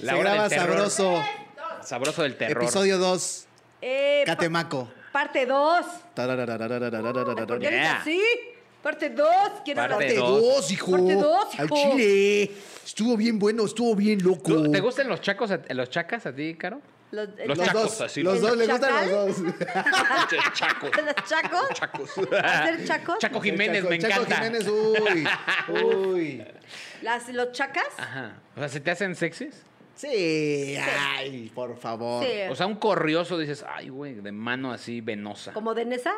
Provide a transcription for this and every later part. La hora graba del terror. sabroso. Sabroso del terror. Episodio 2. Eh, pa- Catemaco. parte 2. ¿Por qué Parte eres Yeah. así? Parte 2. ¿Quién Parte parte dos. 2, hijo. Parte dos, Al hijo. chile. Estuvo bien bueno, estuvo bien loco. ¿Tú- ¿Te gustan los chacos, a- los chacas a ti, Caro? Los, eh, Los Los chacos, dos. así. Los ¿El dos, le gustan chacal? los dos. chacos. ¿Los chacos? Chacos. ¿Hacer chacos? Chaco Jiménez, Chaco- me Chaco encanta. Jiménez, uy. Uy. Las, ¿Los chacas? Ajá. O sea, ¿se te hacen sexys? Sí, ay, por favor. Sí. O sea, un corrioso dices, ay, güey, de mano así venosa. ¿Como de Nesa?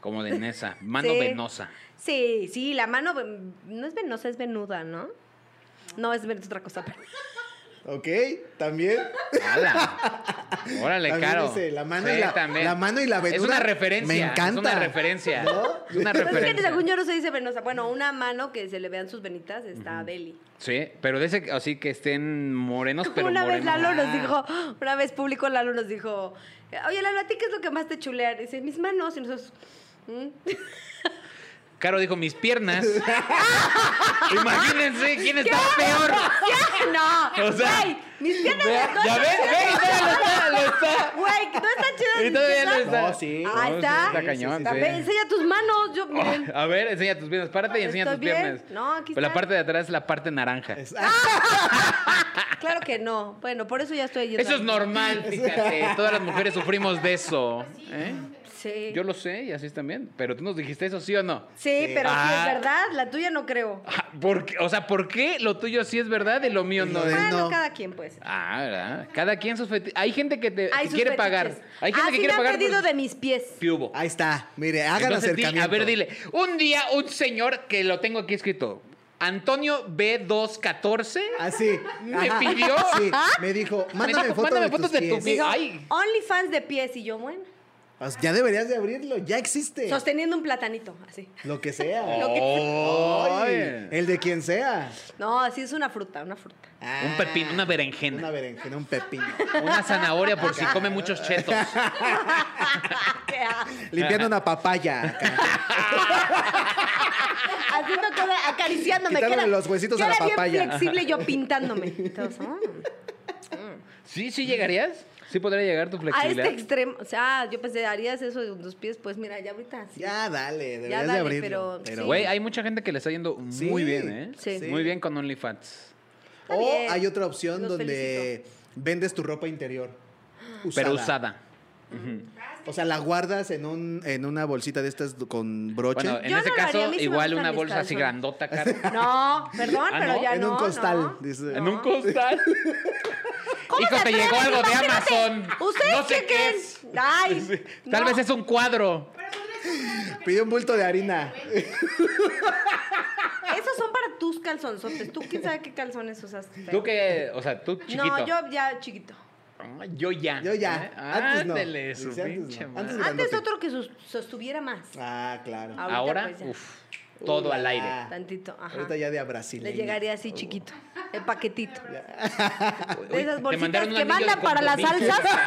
Como de Nesa. Mano Sí. venosa. Sí, sí, la mano ven- no es venosa, es venuda, ¿no? No, es ven- es otra cosa. perdón. ¿Ok? También. ¡Hala! Órale, También Caro. ese, la mano Sí, y la- también. la mano y la Es venuda, una referencia. me Es encanta. una referencia. ¿No? Es una Pero es que referencia. según yo no se dice venosa. Bueno, una mano que se le vean sus venitas está Deli. Sí, pero de ese, así que estén morenos, pero una vez morenos. Lalo nos dijo, una vez público Lalo nos dijo, oye Lalo, ¿a ti qué es lo que más te chulean? Dice, mis manos. Y nosotros, "Mm". Caro dijo, mis piernas. Imagínense quién está peor. ¡Ya! ¡No! O sea, Güey, mis piernas Vea, no ya están ves, chidas. ve, todavía lo está, lo está. Güey, no están chidas Y mis todavía piernas. lo está. No, sí. Ahí No, está. Está cañón, A sí. ver, enseña tus manos. Yo, miren. A ver, enseña tus piernas. Párate y enseña ¿Estoy tus bien? piernas. No, aquí Pero la está. parte de atrás es la parte naranja. Es- Claro que no. Bueno, por eso ya estoy yendo. Eso es normal, fíjate. Todas las mujeres sufrimos de eso. ¿eh? Sí. Yo lo sé y así también. Pero tú nos dijiste eso, ¿sí o no? Sí, pero Ah. sí es verdad. La tuya no creo. Ah, ¿Por qué? O sea, ¿por qué lo tuyo sí es verdad y lo mío Y no lo es? de- Bueno, no. cada quien pues. Ah, ¿verdad? Cada quien sus feti- Hay gente que te que Hay sus quiere fetiches. pagar. Hay gente ah, que sí quiere me pagar. han pedido por- de mis pies. ¿Qué hubo? Ahí está. Mire, hagan Entonces, di- acercamiento. a ver, dile. Un día un señor que lo tengo aquí escrito, Antonio B214, Así. ¿Me Ah, ajá. pidió? Sí, me dijo, mándame dijo, fotos "Mándame de fotos tus de tu pies". pie. Digo, Ay. OnlyFans de pies y yo, bueno, Pues ya deberías de abrirlo, ya existe. sosteniendo un platanito, así. Lo que sea. Lo que- Ay, el de quien sea. No, así es una fruta, una fruta. un pepino, una berenjena, Una berenjena, un pepino. una zanahoria por si come muchos chetos. Ah, Qué asco. Limpiando una papaya. acá. Haciendo toda, acariciándome. Quitándole queda- los huesitos a la queda papaya. Bien flexible y yo pintándome. Entonces, mm, ¿Sí, sí llegarías? ¿Sí podría llegar tu a este flexibilidad? extremo. O sea, yo pensé, harías eso de tus pies, pues mira, ya ahorita. sí. Ya, dale, deberías de dale, abrirlo. pero Güey, hay mucha gente que le está yendo muy Sí, bien, ¿eh? sí. Muy bien con OnlyFans. O bien. hay otra opción Los donde vendes tu ropa interior. Pero usada. O sea, la guardas en, un, en una bolsita de estas con broche. Bueno, en Yo no ese lo haría, a caso, mí sí me igual gustan una mis bolsa así calzones. grandota, cara. No, perdón, Ah, pero ¿no? ya En no. un costal, no. dice. En No. un costal. Hijo, te atreven? llegó algo de Imagínate, Amazon. Ustedes no sé qué chequen. es. Ay, Tal no. vez es un cuadro. Pidió un bulto de harina. Esos son para tus calzonzotes. Tú quién sabe qué calzones usas. Tú que, o sea, tú chiquito. No, yo ya chiquito. Ah, yo ya. Yo ya. ¿Eh? Antes no. Ándele, su Dice, antes pinche no. madre. Antes Antes Grandote. otro que sus- sostuviera más. Ah, claro. Ah, Ahorita, Ahora, pues, ya. uff, todo Uh, al aire. la- Tantito, ajá. Ahorita ya de a Brasil. Le llegaría así chiquito. El paquetito. Uy, De esas te bolsitas mandaron un que anillo mandan de para las compromiso. salsas.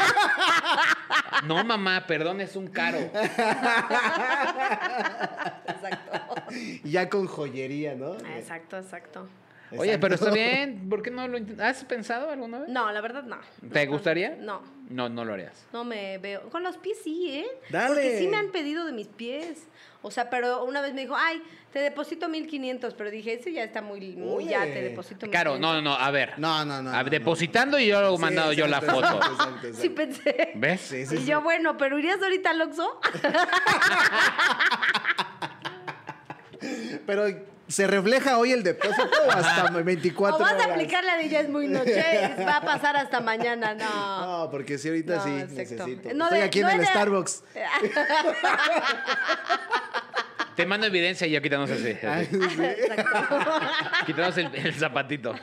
No, mamá, perdón, es un caro. Exacto. Ya con joyería, ¿no? Ah, Eh, Exacto, exacto. Oye, pero Exacto. está bien. ¿Por qué no lo inten- ¿Has pensado alguna vez? No, la verdad no. ¿Te gustaría? No. No, no lo harías. No me veo. Con los pies sí, ¿eh? Dale. Porque sí me han pedido de mis pies. O sea, pero una vez me dijo, ay, te deposito 1500. Pero dije, eso ya está muy. muy Oye. ya, te deposito 1500. Caro, no, no, no, a ver. No, no, no, A- no, no. depositando y yo lo he Sí, mandado yo la exacto, foto. exacto, exacto, exacto. Sí pensé. ¿Ves? Sí, sí, y sí. yo, bueno, pero irías ahorita al Oxxo. Pero se refleja hoy el depósito o hasta 24 O vas horas. a aplicar la de ya es muy noche, va a pasar hasta mañana, no. No, porque si ahorita No, sí exacto. necesito. No Estoy de- aquí no en el de- Starbucks. Te mando evidencia y ya quítanos así. así. Exacto. Quítanos el, el zapatito.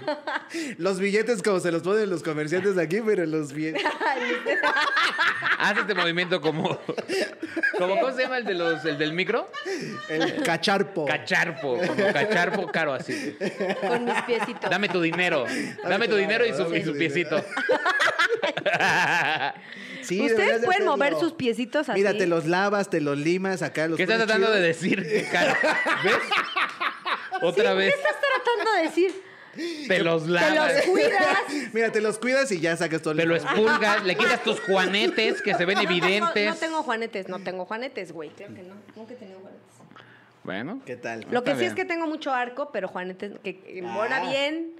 Los billetes como se los ponen los comerciantes de aquí, pero los billetes. Haz este movimiento como, como. ¿Cómo se llama el de los el del micro? El cacharpo. Cacharpo. Como cacharpo caro así. Con mis piecitos. Dame tu dinero. Dame tu tu dinero y dinero, su, dame y su tu piecito. dinero. Sí, Ustedes deberías de pueden hacerlo. mover sus piecitos así. Mira, te los lavas, te los limas acá. Los ¿Qué estás pones tratando de chidos. decir, Caro? ¿Ves? Otra Sí, vez. ¿Qué estás tratando de decir? Te los Te lavas. los cuidas. Mira, te los cuidas y ya sacas todo el. Te lo expulgas, le quitas tus juanetes que se ven No tengo- evidentes. No tengo juanetes, no tengo juanetes, güey. Creo que no. Nunca he tenido juanetes. Bueno, ¿Qué tal? Lo que está sí es que bien. tengo mucho arco, pero juanetes que embona Ah. bien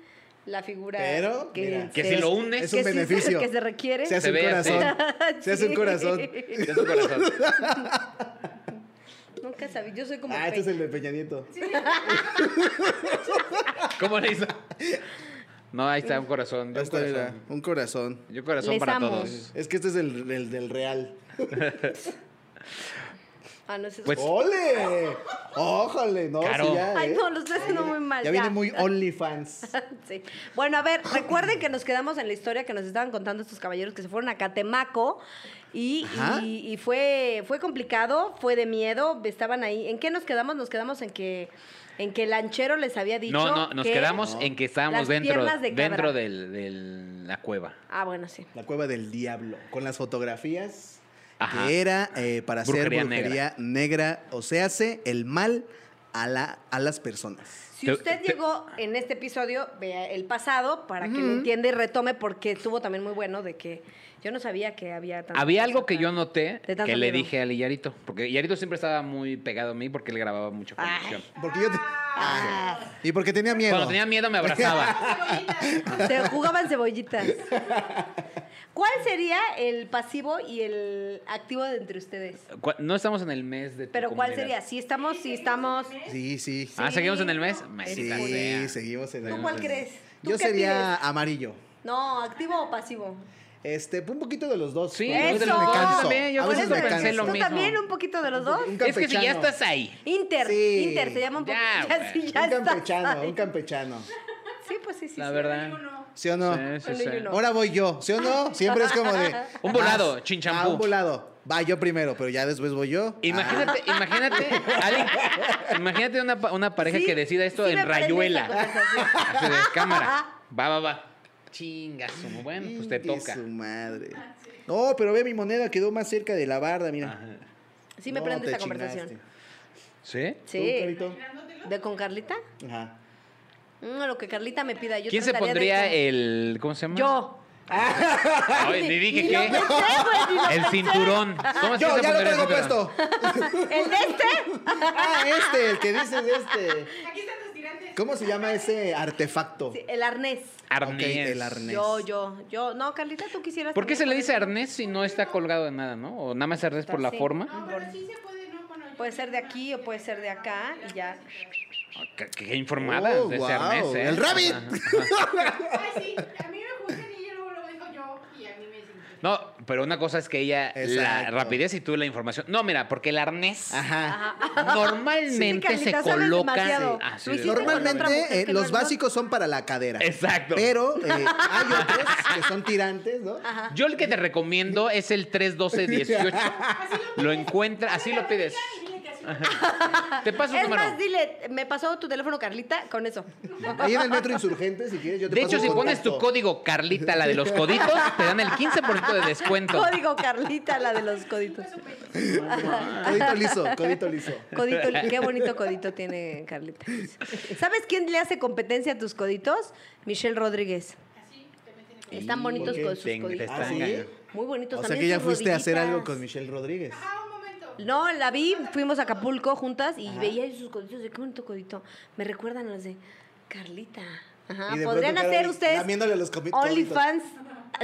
la figura. Pero, mira. Que si lo unes, Es un que sí se- beneficio. que se requiere. Se Se hace un ve así. corazón. Se hace un Sí. corazón. de tu corazón. Nunca sabía. Yo soy como. Ah, este es Peña. el de Peña Nieto. ¿Cómo le hizo? No, ahí está un corazón. Yo, un Esta era corazón. un corazón. Yo corazón Les para amo. todos. Es que este es el, el del Real. Ah, no, ese es Pues- ¡Ole! ¡Ójale! No, Caro. sí, ya, Ay, ¿eh? no, lo estoy haciendo muy mal. Ya viene muy OnlyFans. Sí. Bueno, a ver, recuerden que nos quedamos en la historia que nos estaban contando estos caballeros que se fueron a Catemaco y, Ajá. y- y fue, fue complicado, fue de miedo, estaban ahí. ¿En qué nos quedamos? Nos quedamos en que, en que el lanchero les había dicho. No, no, nos que- quedamos en que estábamos las dentro, piernas de cabra. dentro del, del- la cueva. Ah, bueno, sí. La cueva del diablo. Con las fotografías. Ajá. Que era eh, para Brujería hacer brujería negra. O sea, hace el mal a, la, a las personas. Si Te- usted te- llegó en este episodio, vea el pasado para que lo entienda y retome, porque estuvo también muy bueno de que yo no sabía que había tanto. Había algo que yo noté De tanto que le miedo. dije a Lillarito, porque Lillarito siempre estaba muy pegado a mí porque él grababa mucho Ay. conexión. Porque yo. te- Ah. Ah. Y porque tenía miedo. Cuando tenía miedo me abrazaba. Se jugaban cebollitas. ¿Cuál sería el pasivo y el activo de entre ustedes? Cu- No estamos en el mes de tu Pero ¿cuál comunidad. sería? Si estamos, si estamos. Sí, sí. Ah, ¿seguimos en el mes? Sí, Maldita sea. seguimos en el ¿Tú cuál crees? ¿Tú Yo qué sería amarillo. pides? No, activo o pasivo. Este, un poquito de los dos. Sí, a veces Eso. me Yo canso. también, yo a veces también me pensé canso. lo ¿Tú mismo. también un poquito de los dos? Un Es que si ya campechano. estás ahí. Inter, Sí. Inter se llama un poco. Ya, Ya, sí, güey. ya un estás campechano, ahí. un campechano. Sí, pues sí, sí. La sí. verdad. ¿Sí o no? Sí, sí, Bueno, sí. yo no. Ahora voy yo, ¿sí o no? Siempre es como de. Un volado, vas chinchampú. a Un volado. Va yo primero, pero ya después voy yo. Imagínate, Ah. imagínate, alguien- imagínate una, pa- una pareja Sí, que decida esto sí me en prende esta rayuela. conversación. Así de cámara. Va, va, va. Chingas. Bueno, pues te Ingue toca. Ah, su madre. No, pero ve mi moneda, quedó más cerca de la barda, mira. Ajá. Sí, me No, prende te esta conversación. chingaste. ¿Sí? ¿Tú, Sí. Carito? ¿De con Carlita? Ajá. Mm, lo que Carlita me pida. Yo ¿Quién se trataría de- pondría el. ¿Cómo se llama? Yo. Ay, ni dije Ni lo qué. pensé, güey, ni lo El cinturón. ¿Cómo es que Yo se ya pondría lo el traigo cinturón? puesto. ¿El de este? Ah, este, el que dices este. Aquí están los tirantes. ¿Cómo se llama ese artefacto? Sí, este, el arnés. Arnés. Ok, el arnés. Yo, yo, yo. No, Carlita, tú quisieras. ¿Por qué se también le dice poner- arnés si no está colgado de nada, no? O nada más arnés por la Pues Sí. Ah. forma. No, pero sí se puede, ¿no? Bueno, yo Puede ser de tengo aquí una- o puede ser de acá y ya. Ah, Qué, qué informada Oh, de wow. ese arnés, ¿eh? ¡El rabbit! Ay, sí, a mí me juzgan y ella luego lo dijo yo y a mí me dicen. No, pero una cosa es que ella, la Exacto. rapidez y tú la información. No, mira, porque el arnés Ajá. normalmente Sí, Carlita, se sabes coloca. demasiado. Ah, sí, Lo hiciste con otra mujer Normalmente eh, que no los es no- básicos son para la cadera. Exacto. Pero eh, hay otros que son tirantes, ¿no? Yo el que te recomiendo es el 31218. lo encuentra, así lo pides. Y dile que así lo- Te paso un Es número. más, dile, me pasó tu teléfono, Carlita, con eso. Ahí en el metro insurgente, si quieres, yo te De paso hecho, un si pones tu contacto. código Carlita, la de los coditos, te dan el 15% de descuento. Código Carlita, la de los coditos. Codito liso, codito liso. Codito, qué bonito codito tiene Carlita. ¿Sabes quién le hace competencia a tus coditos? Michelle Rodríguez. Están Y- bonitos con porque sus te- te coditos. están ¿Ah, sí? engañando. Muy bonitos. O sea también que ya sus fuiste a hacer rodillitas. algo con Michelle Rodríguez. Ah, un momento. No, la vi, fuimos a Acapulco juntas y veía sus coditos, de qué bonito codito. Me recuerdan a los de Carlita. Ajá, Y de podrían pronto, hacer Carol, ustedes lamiéndole los copi- OnlyFans.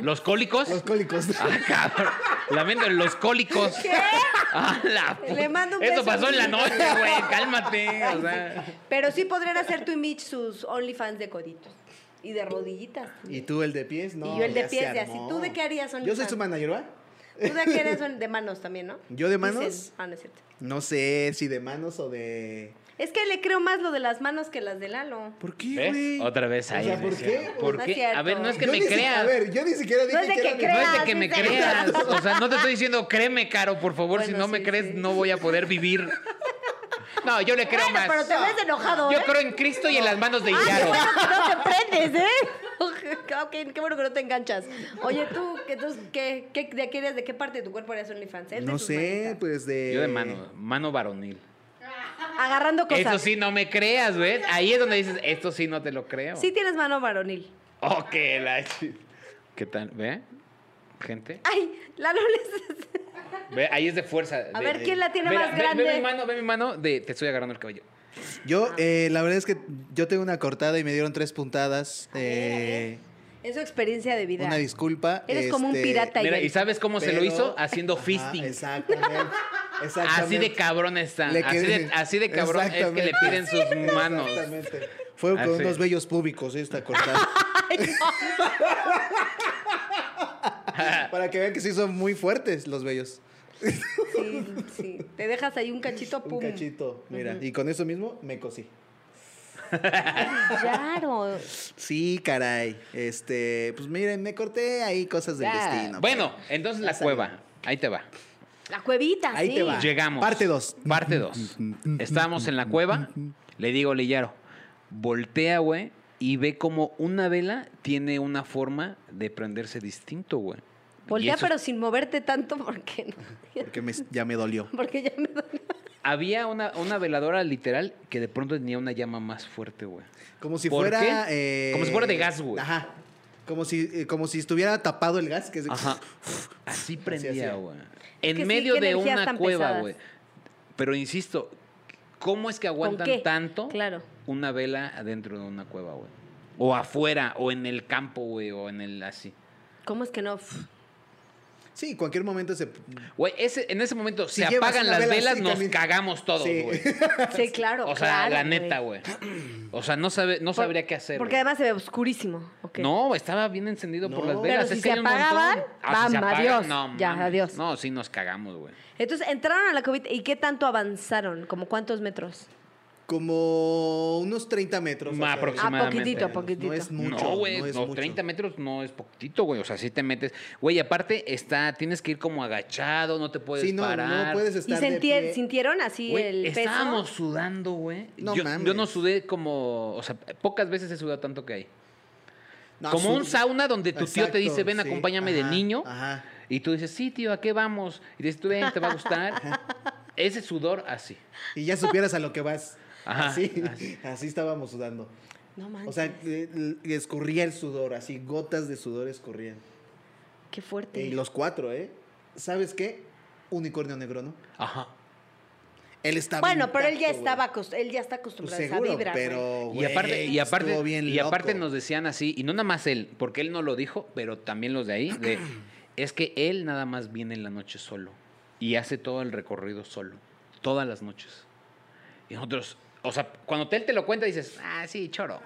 ¿Los cólicos? Los cólicos. Ah, cabrón. Lamento, los cólicos. ¿Qué? Ah, la puta. Le mando un Eso beso. pasó en la noche, güey. Cálmate. O sea. Pero sí podrían hacer tú y Mitch sus OnlyFans de coditos y de rodillitas. Y tú el de pies, no. Y yo el de ya se pies, de así. armó. ¿Tú de qué harías Yo soy OnlyFans? su manager, ¿va? Tú de que eres on- de manos también, ¿no? ¿Yo de manos? Dicen. Ah, no es cierto. No sé si de manos o de. Es que le creo más lo de las manos que las de Lalo. ¿Por qué, ¿Ves? güey? Otra vez O ahí. sea, ¿por qué? ¿Por No es qué? cierto. A ver, no es que Yo me ni si- A creas. ver, yo ni siquiera dije No es de que, que era No de creas. es de que me Creas, dice. creas. O sea, no te estoy diciendo, créeme, Caro, por favor. si Bueno, no me sí, crees, sí. no voy a poder vivir. No, yo le creo Bueno, más. pero te ves enojado, Yo ¿eh? creo en Cristo y en las manos de Ah, qué Hilaro. bueno que no te prendes, ¿eh? ok, qué bueno que no te enganchas. Oye, tú, ¿qué, tú, qué, qué- de, qué eres- de qué parte de tu cuerpo eres OnlyFans? ¿El de No tus sé, manitas? pues de. Yo de mano, mano varonil. agarrando cosas. Eso sí, no me creas, ¿ves? Ahí es donde dices, esto sí no te lo creo. Sí tienes mano varonil. Oh, qué la... chi- ¿Qué tal? ¿Ve? Gente. Ay, Lalo les... Ve, ahí es de fuerza. A de- ver, de- ¿quién la tiene ve más ve- Ve, grande? mi mano, ve mi mano de te estoy agarrando el cabello. Ah, Yo, eh, la verdad es que yo tengo una cortada y me dieron tres puntadas. ver, a eh, Es su experiencia de vida. una disculpa. Eres como un este, pirata. Está Mira, bien. ¿y sabes cómo se lo pero- hizo? Haciendo Ajá, fisting. exactamente. Así de exactamente. cabrón está. Le Así de, quedé- así de cabrón es que le Exactamente. piden sus manos. Exactamente. Fue Ah, con sí. unos bellos públicos eh, esta cortada. Para que vean que sí son muy fuertes los bellos. Sí, sí. Te dejas ahí un cachito, Un pum. cachito, mira. Y con eso mismo me cosí. Claro. Sí, caray. Este, pues miren, me corté ahí cosas del Ya. destino. Bueno, entonces la Ya salió. cueva. Ahí te va. La cuevita, Ahí sí. te va. Llegamos. Parte dos. Parte 2. Estábamos en la cueva. Le digo a Lillaro, voltea, güey, y ve como una vela tiene una forma de prenderse distinto, güey. Y Voltea, eso- pero sin moverte tanto porque no. Porque me- ya me dolió. Porque ya me dolió. Había una, una veladora literal que de pronto tenía una llama más fuerte, güey. Como si ¿Por fuera. qué? eh, Como si fuera de gas, güey. Ajá. Como si, eh, como si estuviera tapado el gas. Que es de- Ajá. Así prendía, hacía. güey. que sí, En medio qué de energías una tan cueva, pesadas. güey. Pero insisto, ¿cómo es que aguantan qué? tanto Claro. una vela adentro de una cueva, güey? O afuera, o en el campo, güey, o en el así. ¿Cómo es que no? Pff, Sí, cualquier momento se. Güey, ese, en ese momento Si se llevas apagan una las vela velas, así, nos también- cagamos todos, Sí. güey. Sí, claro. O sea, claro, la neta, güey. O sea, no, sabe, no Por- sabría qué hacer. Porque güey. además se ve oscurísimo. ok. No, estaba bien encendido por No. las Pero velas. si es se que hay un apagaban, montón. Ah, si se bam, apagan, adiós. no Ya, mames. adiós. No, sí nos cagamos, güey. Entonces entraron a la cuevita. ¿Y qué tanto avanzaron? ¿Como cuántos metros? Ah, Como unos 30 metros. Ma, aproximadamente. Ah, poquitito, Menos, poquitito. No es mucho. no, güey, es no, mucho. 30 metros no es poquitito, güey. O sea, si te metes. Güey, aparte está, tienes que ir como agachado, no te puedes Sí, no, parar. no puedes estar. pues, ¿Y de senti- pie. sintieron así Güey, el estábamos peso? sudando, güey. No yo, mames. yo no sudé como, o sea, pocas veces he sudado tanto que hay. No, como su- un sauna donde tu tío te Exacto, dice, ven, sí, acompáñame de ajá, niño. Ajá. Y tú dices, sí, tío, ¿a qué vamos? Y dices, tú ven, te va a gustar. Ese sudor así. Y ya supieras a lo que vas. Ajá, así, así. así. estábamos sudando. No manches. O sea, eh, l- escurría el sudor, así, gotas de sudor escurrían. qué fuerte. Y los cuatro, ¿eh? ¿Sabes qué? Unicornio negro, ¿no? Ajá. Él estaba. bueno, pero él ya intacto, güey. estaba, acos- él ya está acostumbrado Pues a seguro, esa vibra. güey. pero. Y aparte, güey, y aparte, estuvo bien y aparte loco. nos decían así, y no nada más él, porque él no lo dijo, pero también los de ahí, de, es que él nada más viene en la noche solo y hace todo el recorrido solo, todas las noches. Y nosotros, o sea, cuando él te lo cuenta dices, ah, sí, choro.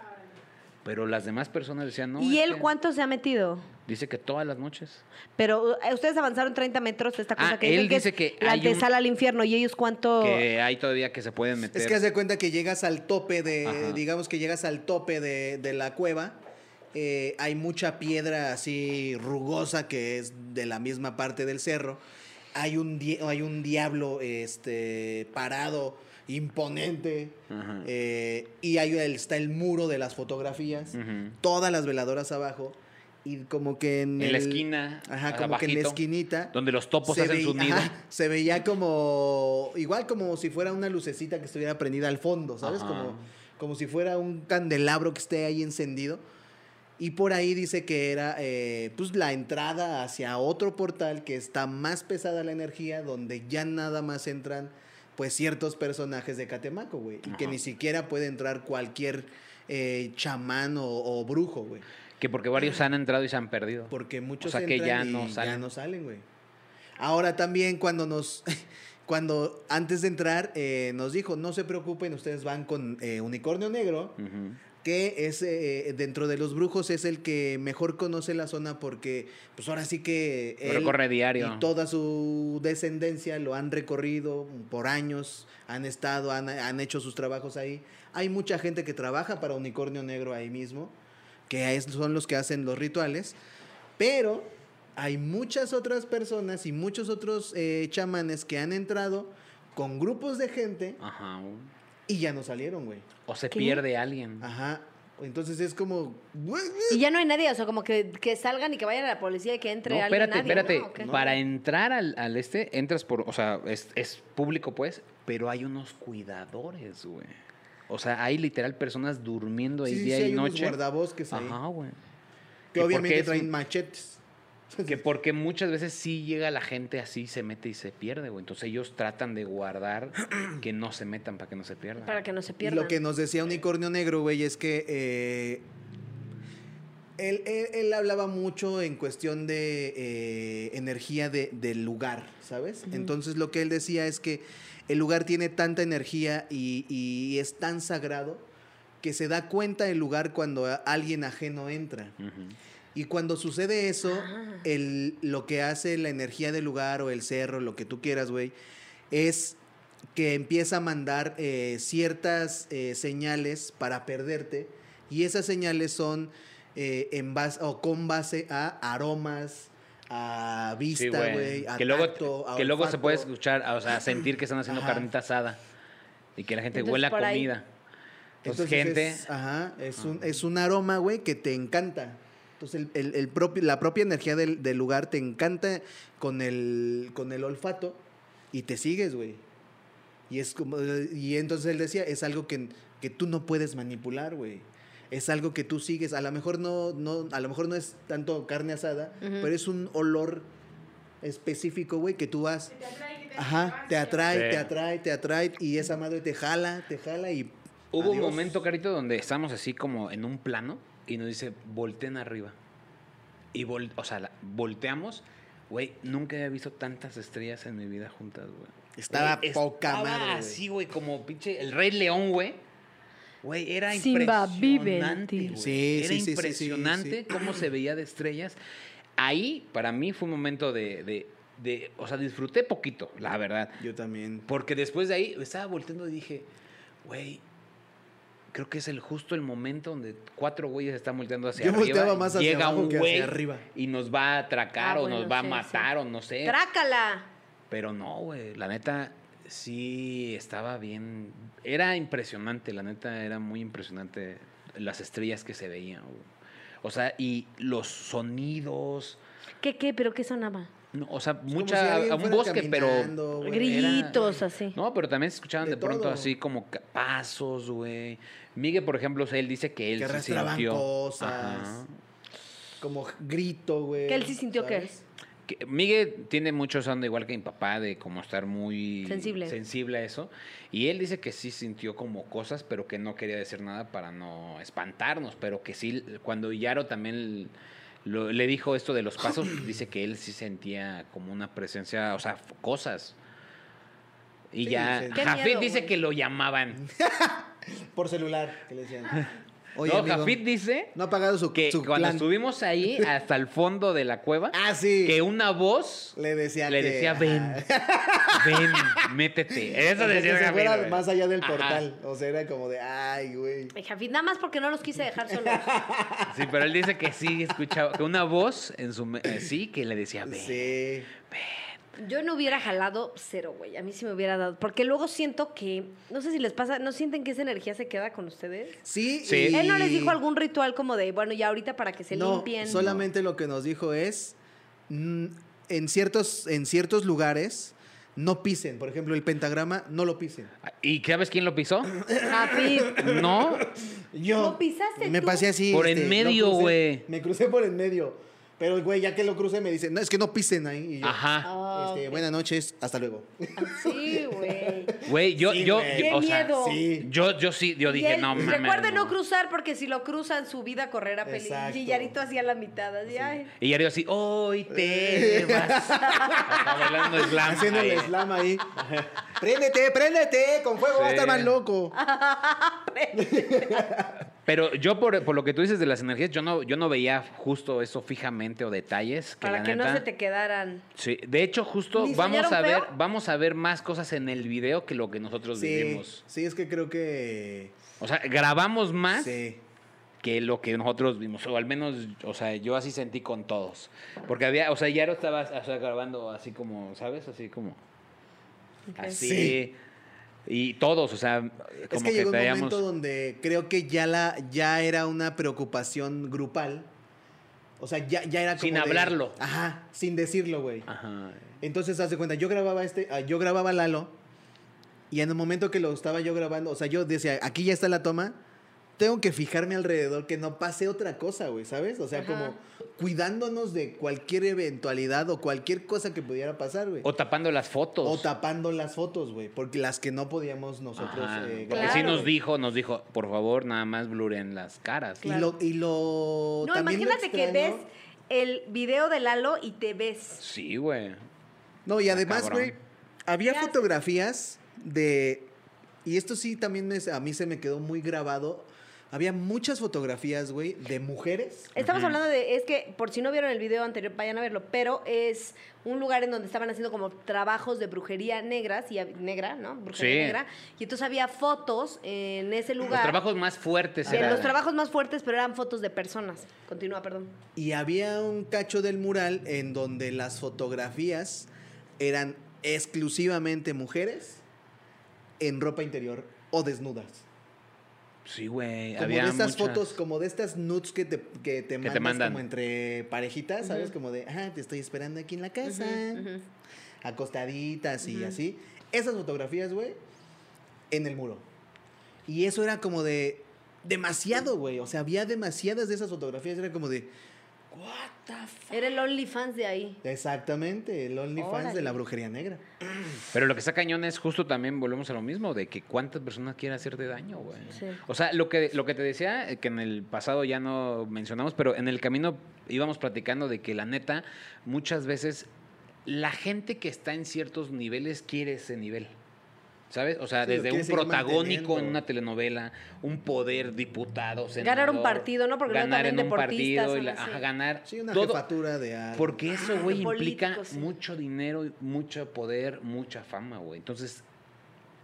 Pero las demás personas decían, no. ¿Y es él que cuánto se ha metido? Dice que todas las noches. Pero eh, ustedes avanzaron 30 metros de esta cosa Ah, que él dicen dice que es que la hay un- antesala al infierno. ¿Y ellos cuánto? Que hay todavía que se pueden meter. Es que hace cuenta que llegas al tope de, Ajá. digamos que llegas al tope de, de la cueva. eh, hay mucha piedra así rugosa que es de la misma parte del cerro. Hay un, di- hay un diablo este, parado, imponente. Ajá. eh, y ahí está el muro de las fotografías. Ujú. Todas las veladoras abajo. Y como que en, En la el- esquina, Ajá, ajá, como que en la abajito, esquinita. donde los topos se hacen su veía- nido. ajá, se veía como. Igual como si fuera una lucecita que estuviera prendida al fondo, ¿sabes? Ajá. Como, como si fuera un candelabro que esté ahí encendido. Y por ahí dice que era eh, pues la entrada hacia otro portal que está más pesada la energía, donde ya nada más entran pues ciertos personajes de Catemaco, güey. Y que Ajá. ni siquiera puede entrar cualquier eh, chamán o, o brujo, güey. Que porque varios han entrado y se han perdido. Porque muchos sea, que ya entran y no salen. ya no salen, güey. Ahora también cuando nos... Cuando antes de entrar eh, nos dijo, no se preocupen, ustedes van con eh, Unicornio Negro, Ujú. que es eh, dentro de los brujos es el que mejor conoce la zona porque pues ahora sí que... Lo recorre diario. Y toda su descendencia lo han recorrido por años, han estado, han, han hecho sus trabajos ahí. Hay mucha gente que trabaja para Unicornio Negro ahí mismo, que es- son los que hacen los rituales, pero hay muchas otras personas y muchos otros eh, chamanes que han entrado con grupos de gente Ajá. y ya no salieron, güey. O se ¿Qué? pierde alguien. Ajá. Entonces es como... Y ya no hay nadie, o sea, como que, que salgan y que vayan a la policía y que entre No, alguien. espérate, nadie, espérate. ¿no? ¿O qué? Para entrar al, al este, entras por. O sea, es, es público, pues, pero hay unos cuidadores, güey. O sea, hay literal personas durmiendo ahí Sí, sí, día sí, hay y unos noche. guardabosques ahí. Ajá, güey. ¿Y por qué Que obviamente es traen un- machetes. Que porque muchas veces sí llega la gente así, se mete y se pierde, güey. Entonces ellos tratan de guardar que no se metan para que no se pierdan. Para que no se Y pierdan. lo que nos decía Unicornio Negro, güey, es que eh, él, él- él hablaba mucho en cuestión de eh, energía de- del lugar, ¿sabes? Entonces lo que él decía es que el lugar tiene tanta energía y, y es tan sagrado que se da cuenta el lugar cuando a- alguien ajeno entra. Ujú. Y cuando sucede eso, el, lo que hace la energía del lugar o el cerro, lo que tú quieras, güey, es que empieza a mandar eh, ciertas eh, señales para perderte. Y esas señales son eh, en base, o con base a aromas, a Sí, vista, güey, a que luego, tacto, a que luego se olfato. puede escuchar, o sea, sentir que están haciendo Ajá. carnita asada y que la gente Entonces, huela por ahí- comida. Entonces, Entonces Pues, gente. Es, ajá, es un, es un aroma, güey, que te encanta. Entonces, el, el- el propio, la propia energía del, del lugar te encanta con el, con el olfato y te sigues, güey. Y, es como, y entonces él decía, es algo que, que tú no puedes manipular, güey. Es algo que tú sigues. A lo mejor no, no, a lo mejor no es tanto carne asada, Ujú. pero es un olor específico, güey, que tú vas. Que te atrae, que te Ajá, te atrae, Sí. te atrae, te atrae. Y esa madre te jala, te jala y. Hubo un adiós. momento, Carito, donde estamos así como en un plano y nos dice, volteen arriba. Y vol o sea, la- volteamos. Güey, nunca había visto tantas estrellas en mi vida juntas, güey. Estaba Güey, poca estaba madre, güey. así, güey, como pinche el Rey León, güey. Güey, era Simba, vive en impresionante, ti. güey. Sí, Era sí, sí, sí, sí, impresionante sí. cómo se veía de estrellas. Ahí, para mí, fue un momento de... de- de- o sea, disfruté poquito, la verdad. Yo también. Porque después de ahí estaba volteando y dije, güey, creo que es el justo el momento donde cuatro güeyes están volteando hacia Yo arriba. volteaba más hacia llega abajo un que hacia güey arriba. Y nos va a atracar Ah, o bueno, nos va sí, a matar o no sé. ¡Trácala! Pero no, güey, la neta sí estaba bien. Era impresionante, la neta era muy impresionante las estrellas que se veían. güey. O sea, y los sonidos, ¿Qué, qué? ¿Pero qué sonaba? no, o sea, como si mucha, alguien un fuera bosque, pero caminando, güey. Grillitos, así. No, pero también se escuchaban De de, pronto todo. así como ca- pasos, güey. Miguel, por ejemplo, o sea, él dice que él Que sí arrastraban sintió. cosas. Ajá. Como grito, güey. Que él sí sintió que- eh, ¿sabes? Que Miguel tiene mucho esa onda, igual que mi papá, de como estar muy Sensible. sensible a eso. Y él dice que sí sintió como cosas, pero que no quería decir nada para no espantarnos. Pero que sí, cuando Yaro también lo- le dijo esto de los pasos, dice que él sí sentía como una presencia, o sea, f- cosas. Y Sí, ya, sí. Qué Jafid miedo, dice güey. que lo llamaban. Por celular, que le decían. Oye, no, amigo, Jafid dice no ha pagado su, que su cuando plan. estuvimos ahí hasta el fondo de la cueva, Ah, sí. que una voz le decía le que- decía, ven, ven, métete. O sea, Eso que decía se Gabriel, fuera güey. más allá del Ajá. portal. O sea, era como de, ay, güey. Ay, Jafid, nada más porque no los quise dejar solos. Sí, pero él dice que sí escuchaba, que una voz en su me- eh, sí que le decía, ven. Sí. Yo no hubiera jalado cero, güey. A mí sí me hubiera dado. Porque luego siento que, no sé si les pasa, ¿no sienten que esa energía se queda con ustedes? Sí. Sí. y- Él no les dijo algún ritual como de, bueno, ya ahorita para que se no, limpien. Solamente lo que nos dijo es mm, en ciertos, en ciertos lugares no pisen. Por ejemplo, el pentagrama no lo pisen. ¿Y sabes quién lo pisó? Jafid, No, Yo ¿Lo pisaste me tú? pasé así. Por en lo medio, crucé, güey. Me crucé por en medio. Pero, güey, ya que lo crucé me dicen, no, es que no pisen ahí. Y yo, ajá. Ah, este, Buenas noches, hasta luego. sí, güey. Güey, yo, Sí, yo, güey. yo- Qué o sea, miedo. Sí. yo, yo sí, yo Y dije, él, no mames. Recuerden no no". cruzar porque si lo cruzan su vida correrá peligro. Exacto. Y Yarito hacía la mitad. Así, ay. Y Yario así, hoy te vas. Acá bailando slam. Haciendo ahí. el slam ahí. préndete, préndete, con fuego va a estar Sí. más loco. Pero yo por, por lo que tú dices de las energías, yo no, yo no veía justo eso fijamente o detalles. Que Para la que no neta- se te quedaran. Sí, de hecho, justo ¿Ni vamos a soñaron ver, feo? vamos a ver más cosas en el video que lo que nosotros Sí, vivimos. sí, es que creo que... O sea, grabamos más Sí. que lo que nosotros vimos. O al menos, o sea, yo así sentí con todos. Porque había, o sea, Yaro estaba o sea, grabando así como, ¿sabes? Así como. Ok. Así. Sí. Y todos, o sea, como Es que, llegó un traíamos- momento donde creo que ya la ya era una preocupación grupal. O sea, ya, ya era como Sin de- hablarlo. Ah. Ajá, sin decirlo, güey. Ajá. Entonces, haz de cuenta, yo grababa este, ah, yo grababa Lalo y en el momento que lo estaba yo grabando, o sea, yo decía, aquí ya está la toma, tengo que fijarme alrededor que no pase otra cosa, güey, ¿sabes? O sea, Ajá. como cuidándonos de cualquier eventualidad o cualquier cosa que pudiera pasar, güey. O tapando las fotos. O tapando las fotos, güey, porque las que no podíamos nosotros Ajá, porque eh, grabar. Pues sí Claro. nos dijo, nos dijo, por favor, nada más bluren las caras. Y Claro. lo, y lo No, también lo imagínate que ves extraño- el video de Lalo y te ves. Sí, güey. No, y además, cabrón. güey, había Ya sé. fotografías de. Y esto sí también me- a mí se me quedó muy grabado. Había muchas fotografías, güey, de mujeres. Estamos Ujú. hablando de, es que por si no vieron el video anterior, vayan a verlo, pero es un lugar en donde estaban haciendo como trabajos de brujería negras y hab- negra, ¿no? Brujería Sí. negra. Y entonces había fotos en ese lugar. Los trabajos más fuertes. de eran- los trabajos más fuertes, pero eran fotos de personas. Continúa, perdón. Y había un cacho del mural en donde las fotografías eran exclusivamente mujeres en ropa interior o desnudas. Sí, güey. Como había de estas muchas- fotos, como de estas nudes que te, que te, Que mandas te mandan. como entre parejitas, ¿sabes? Ujú. Como de, ah, te estoy esperando aquí en la casa. Ujú, ujú. acostaditas y Ujú. así. Esas fotografías, güey, en el muro. Y eso era como de demasiado, güey. O sea, había demasiadas de esas fotografías. Era como de, what the f-". Era el OnlyFans de ahí. Exactamente, el OnlyFans de Órale. la brujería negra. Pero lo que está cañón es justo también, volvemos a lo mismo, de que cuántas personas quieren hacerte daño, güey. Sí. O sea, lo que, lo que te decía, eh, que en el pasado ya no mencionamos, pero en el camino íbamos platicando de que la neta, muchas veces la gente que está en ciertos niveles quiere ese nivel. ¿Sabes? O sea, Sí, lo desde quiere un seguir protagónico en manteniendo. una telenovela, un poder diputado, senador, Ganar un partido, ¿no? Porque luego ganar también en un deportistas partido, y son la- así. ajá, ganar Sí, una todo. jefatura de algo. Porque eso, güey, de implica Ah, políticos, sí. mucho dinero, y mucho poder, mucha fama, güey. Entonces,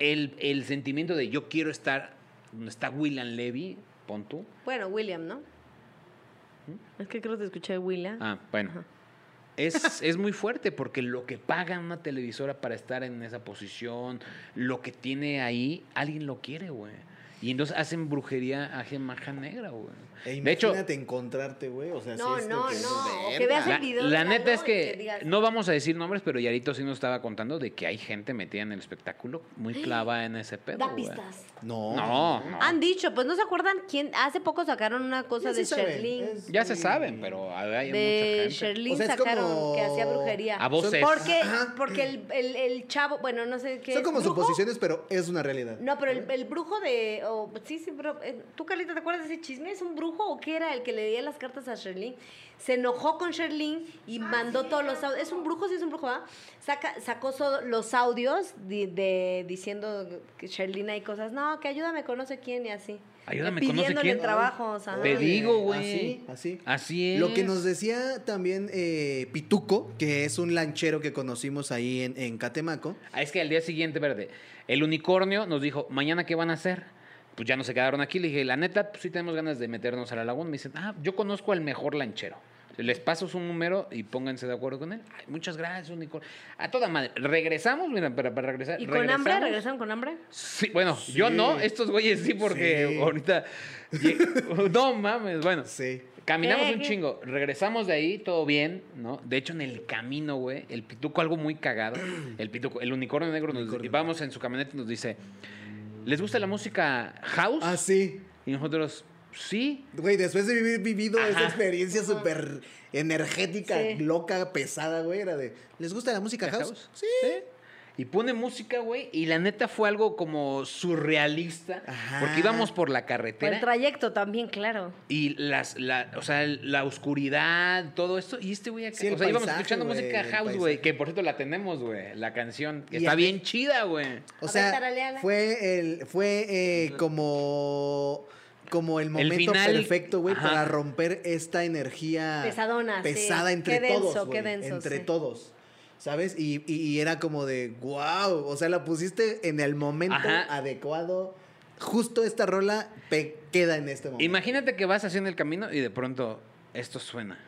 el, el sentimiento de yo quiero estar donde está William Levy, pon tú. Bueno, William, ¿no? Es que creo que te escuché William. Ah, bueno. Es, es muy fuerte porque lo que paga una televisora para estar en esa posición, lo que tiene ahí, alguien lo quiere, güey. Y entonces hacen brujería a maja negra, güey. E de hecho, imagínate encontrarte, güey. O sea, sí No, es lo no, que- no. Verga. Que veas La, el video. la de neta Lalo es y que digas, no vamos a decir nombres, pero Yarito sí nos estaba contando de que hay gente metida en el espectáculo muy clava en ese pedo. Da güey. pistas. No. No, no. Han dicho, pues no se acuerdan quién. Hace poco sacaron una cosa Ya de se sabe, Sherlyn. es Ya se muy- saben, pero hay hay De mucha gente. Sherlyn O sea, es sacaron como- que hacía brujería. A voces. Porque, Ajá. porque el, el- el chavo, bueno, no sé qué. Son es, como ¿brujo? suposiciones, pero es una realidad. No, pero el, el brujo de. o- sí, sí, pero. eh, ¿Tú, Carlita, te acuerdas de ese chisme? ¿Es un brujo o qué era el que le leía las cartas a Sherlyn? Se enojó con Sherlyn y Ah, mandó todos los audios. ¿Es un brujo? Sí, es un brujo, ¿verdad? Saca, sacó so- los audios di- de, diciendo que Sherlyn hay cosas. No, que ayúdame, conoce quién y así. Ayúdame, Eh, conoce pidiéndole quién. trabajo, o sea. Te Órale, digo, güey. Así, así. Así es. Lo que nos decía también eh, Pituco, que es un lanchero que conocimos ahí en, en Catemaco. Ah, Es que al día siguiente, verde, el unicornio nos dijo, mañana qué van a hacer. Pues ya no se quedaron aquí. Le dije, la neta, pues sí tenemos ganas de meternos a la laguna. Me dicen, ah, yo conozco al mejor lanchero. Les paso su número y pónganse de acuerdo con él. Ay, muchas gracias, unicornio. A toda madre. Regresamos, mira, para, para regresar. ¿Y con hambre? regresamos. ¿Regresaron con hambre? Sí, bueno, yo no, estos güeyes sí, porque Sí. ahorita. lle- no mames, bueno. Sí. Caminamos ¿Qué? un ¿Qué? chingo, regresamos de ahí, todo bien, ¿no? De hecho, en el camino, güey, el pituco, algo muy cagado. El pituco, el unicornio negro, nos, Unicornio. vamos en su camioneta y nos dice: ¿Les gusta la música house? Ah, sí. Y nosotros, sí. Güey, después de vivir vivido esa Ajá. experiencia súper energética, Sí. loca, pesada, güey, era de. ¿Les gusta la música ¿La house? house? Sí. Y pone música, güey, y la neta fue algo como surrealista, Ajá. porque íbamos por la El carretera. trayecto también, claro. Y las, la, o sea, el- la oscuridad, todo esto. Y este güey acá. Sí, el o sea, íbamos paisaje, escuchando güey, música el house, güey. paisaje. Que por cierto la tenemos, güey. La canción. Y Está aquí- bien chida, güey. O A sea, ver, taraléala. fue el. Fue eh, como. Como el momento final- perfecto, güey, Ajá. para romper esta energía Pesadona, sí. pesada entre Qué denso, todos, qué güey, denso, entre sí. todos, ¿sabes? Y, y- y era como de, wow, o sea, la pusiste en el momento Ajá. adecuado, justo esta rola pe- queda en este momento. Imagínate que vas haciendo el camino y de pronto esto suena.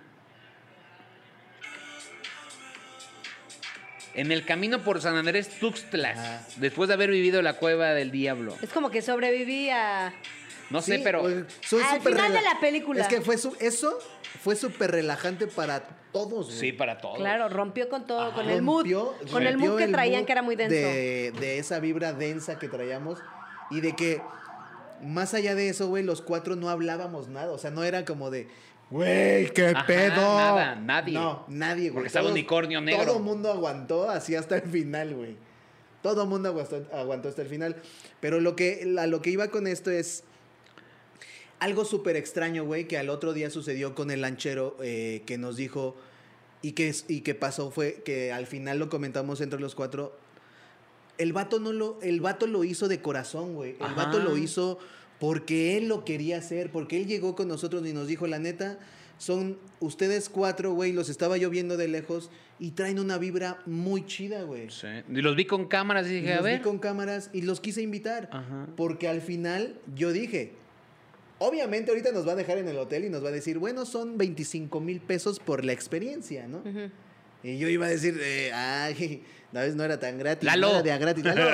En el camino por San Andrés Tuxtlas, después de haber vivido la cueva del diablo. Es como que sobreviví a... No sé, Sí, pero pues, soy Al súper final de rela- la película. Es que fue su- eso fue súper relajante para todos. güey. sí para todos. Claro, rompió con todo, con el mood. Ah, Rompió- con el rompió mood que traían, mood que era muy denso. De, de esa vibra densa que traíamos y de que más allá de eso, güey, los cuatro no hablábamos nada. O sea, no era como de, güey, qué Ajá, pedo. nada, nadie. No, nadie, güey. Porque estaba Todos- unicornio negro. Todo mundo aguantó así hasta el final, güey. Todo mundo aguantó, aguantó hasta el final. Pero lo que, a lo que iba con esto es algo súper extraño, güey, que al otro día sucedió con el lanchero eh, que nos dijo y que, es- y que pasó fue que al final lo comentamos entre los cuatro. El vato, no lo, el vato lo hizo de corazón, güey. El Ajá. vato lo hizo porque él lo quería hacer, porque él llegó con nosotros y nos dijo, la neta, son ustedes cuatro, güey, los estaba yo viendo de lejos y traen una vibra muy chida, güey. Sí. Y los vi con cámaras y Y dije, a los vi ver. con cámaras y los quise invitar. Ajá. Porque al final yo dije, obviamente ahorita nos va a dejar en el hotel y nos va a decir, bueno, son 25 mil pesos por la experiencia, ¿no? Ujú. Y yo iba a decir, eh, ay, la vez no era tan gratis, Lalo. no era de a gratis, Lalo,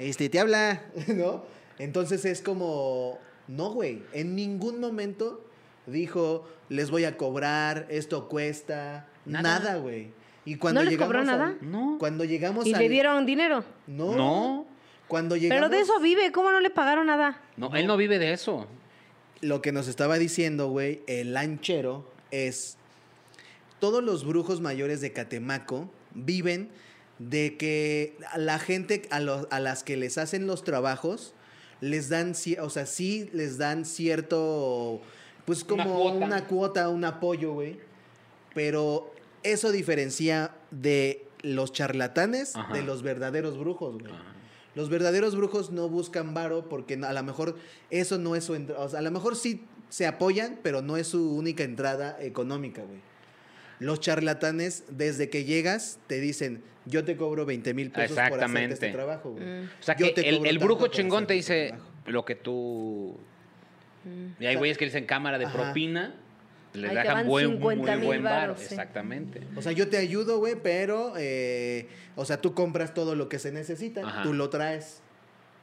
este, te habla, ¿no? Entonces es como, no, güey, en ningún momento dijo, les voy a cobrar, esto cuesta, Nada. nada, güey. Y cuando les llegamos cobró al- nada? No. Cuando llegamos Y al- le dieron dinero. No. No. Cuando llegamos... Pero de eso vive, ¿cómo no le pagaron nada? No, él no vive de eso. lo que nos estaba diciendo, güey, el lanchero es todos los brujos mayores de Catemaco viven de que a la gente a, los- a las que les hacen los trabajos les dan, ci- o sea, sí les dan cierto pues Una como cuota. una cuota, un apoyo, güey. Pero eso diferencia de los charlatanes Ajá. de los verdaderos brujos, güey. Los verdaderos brujos no buscan varo porque a lo mejor eso no es su entrada. O sea, a lo mejor sí se apoyan, pero no es su única entrada económica, güey. Los charlatanes, desde que llegas, te dicen, yo te cobro 20 mil pesos por hacerte este Exactamente. trabajo, güey. Mm. O sea, Yo que te el, cobro el tanto brujo por chingón te hacer este dice trabajo". lo que tú. Mm. Y hay sea, güeyes que dicen cámara de ajá. propina. Les Ahí te dejan van buen, muy 50,000 buen varo. varos, sí. Exactamente. O sea, yo te ayudo, güey, pero, eh, o sea, tú compras todo lo que se necesita, Ajá. tú lo traes,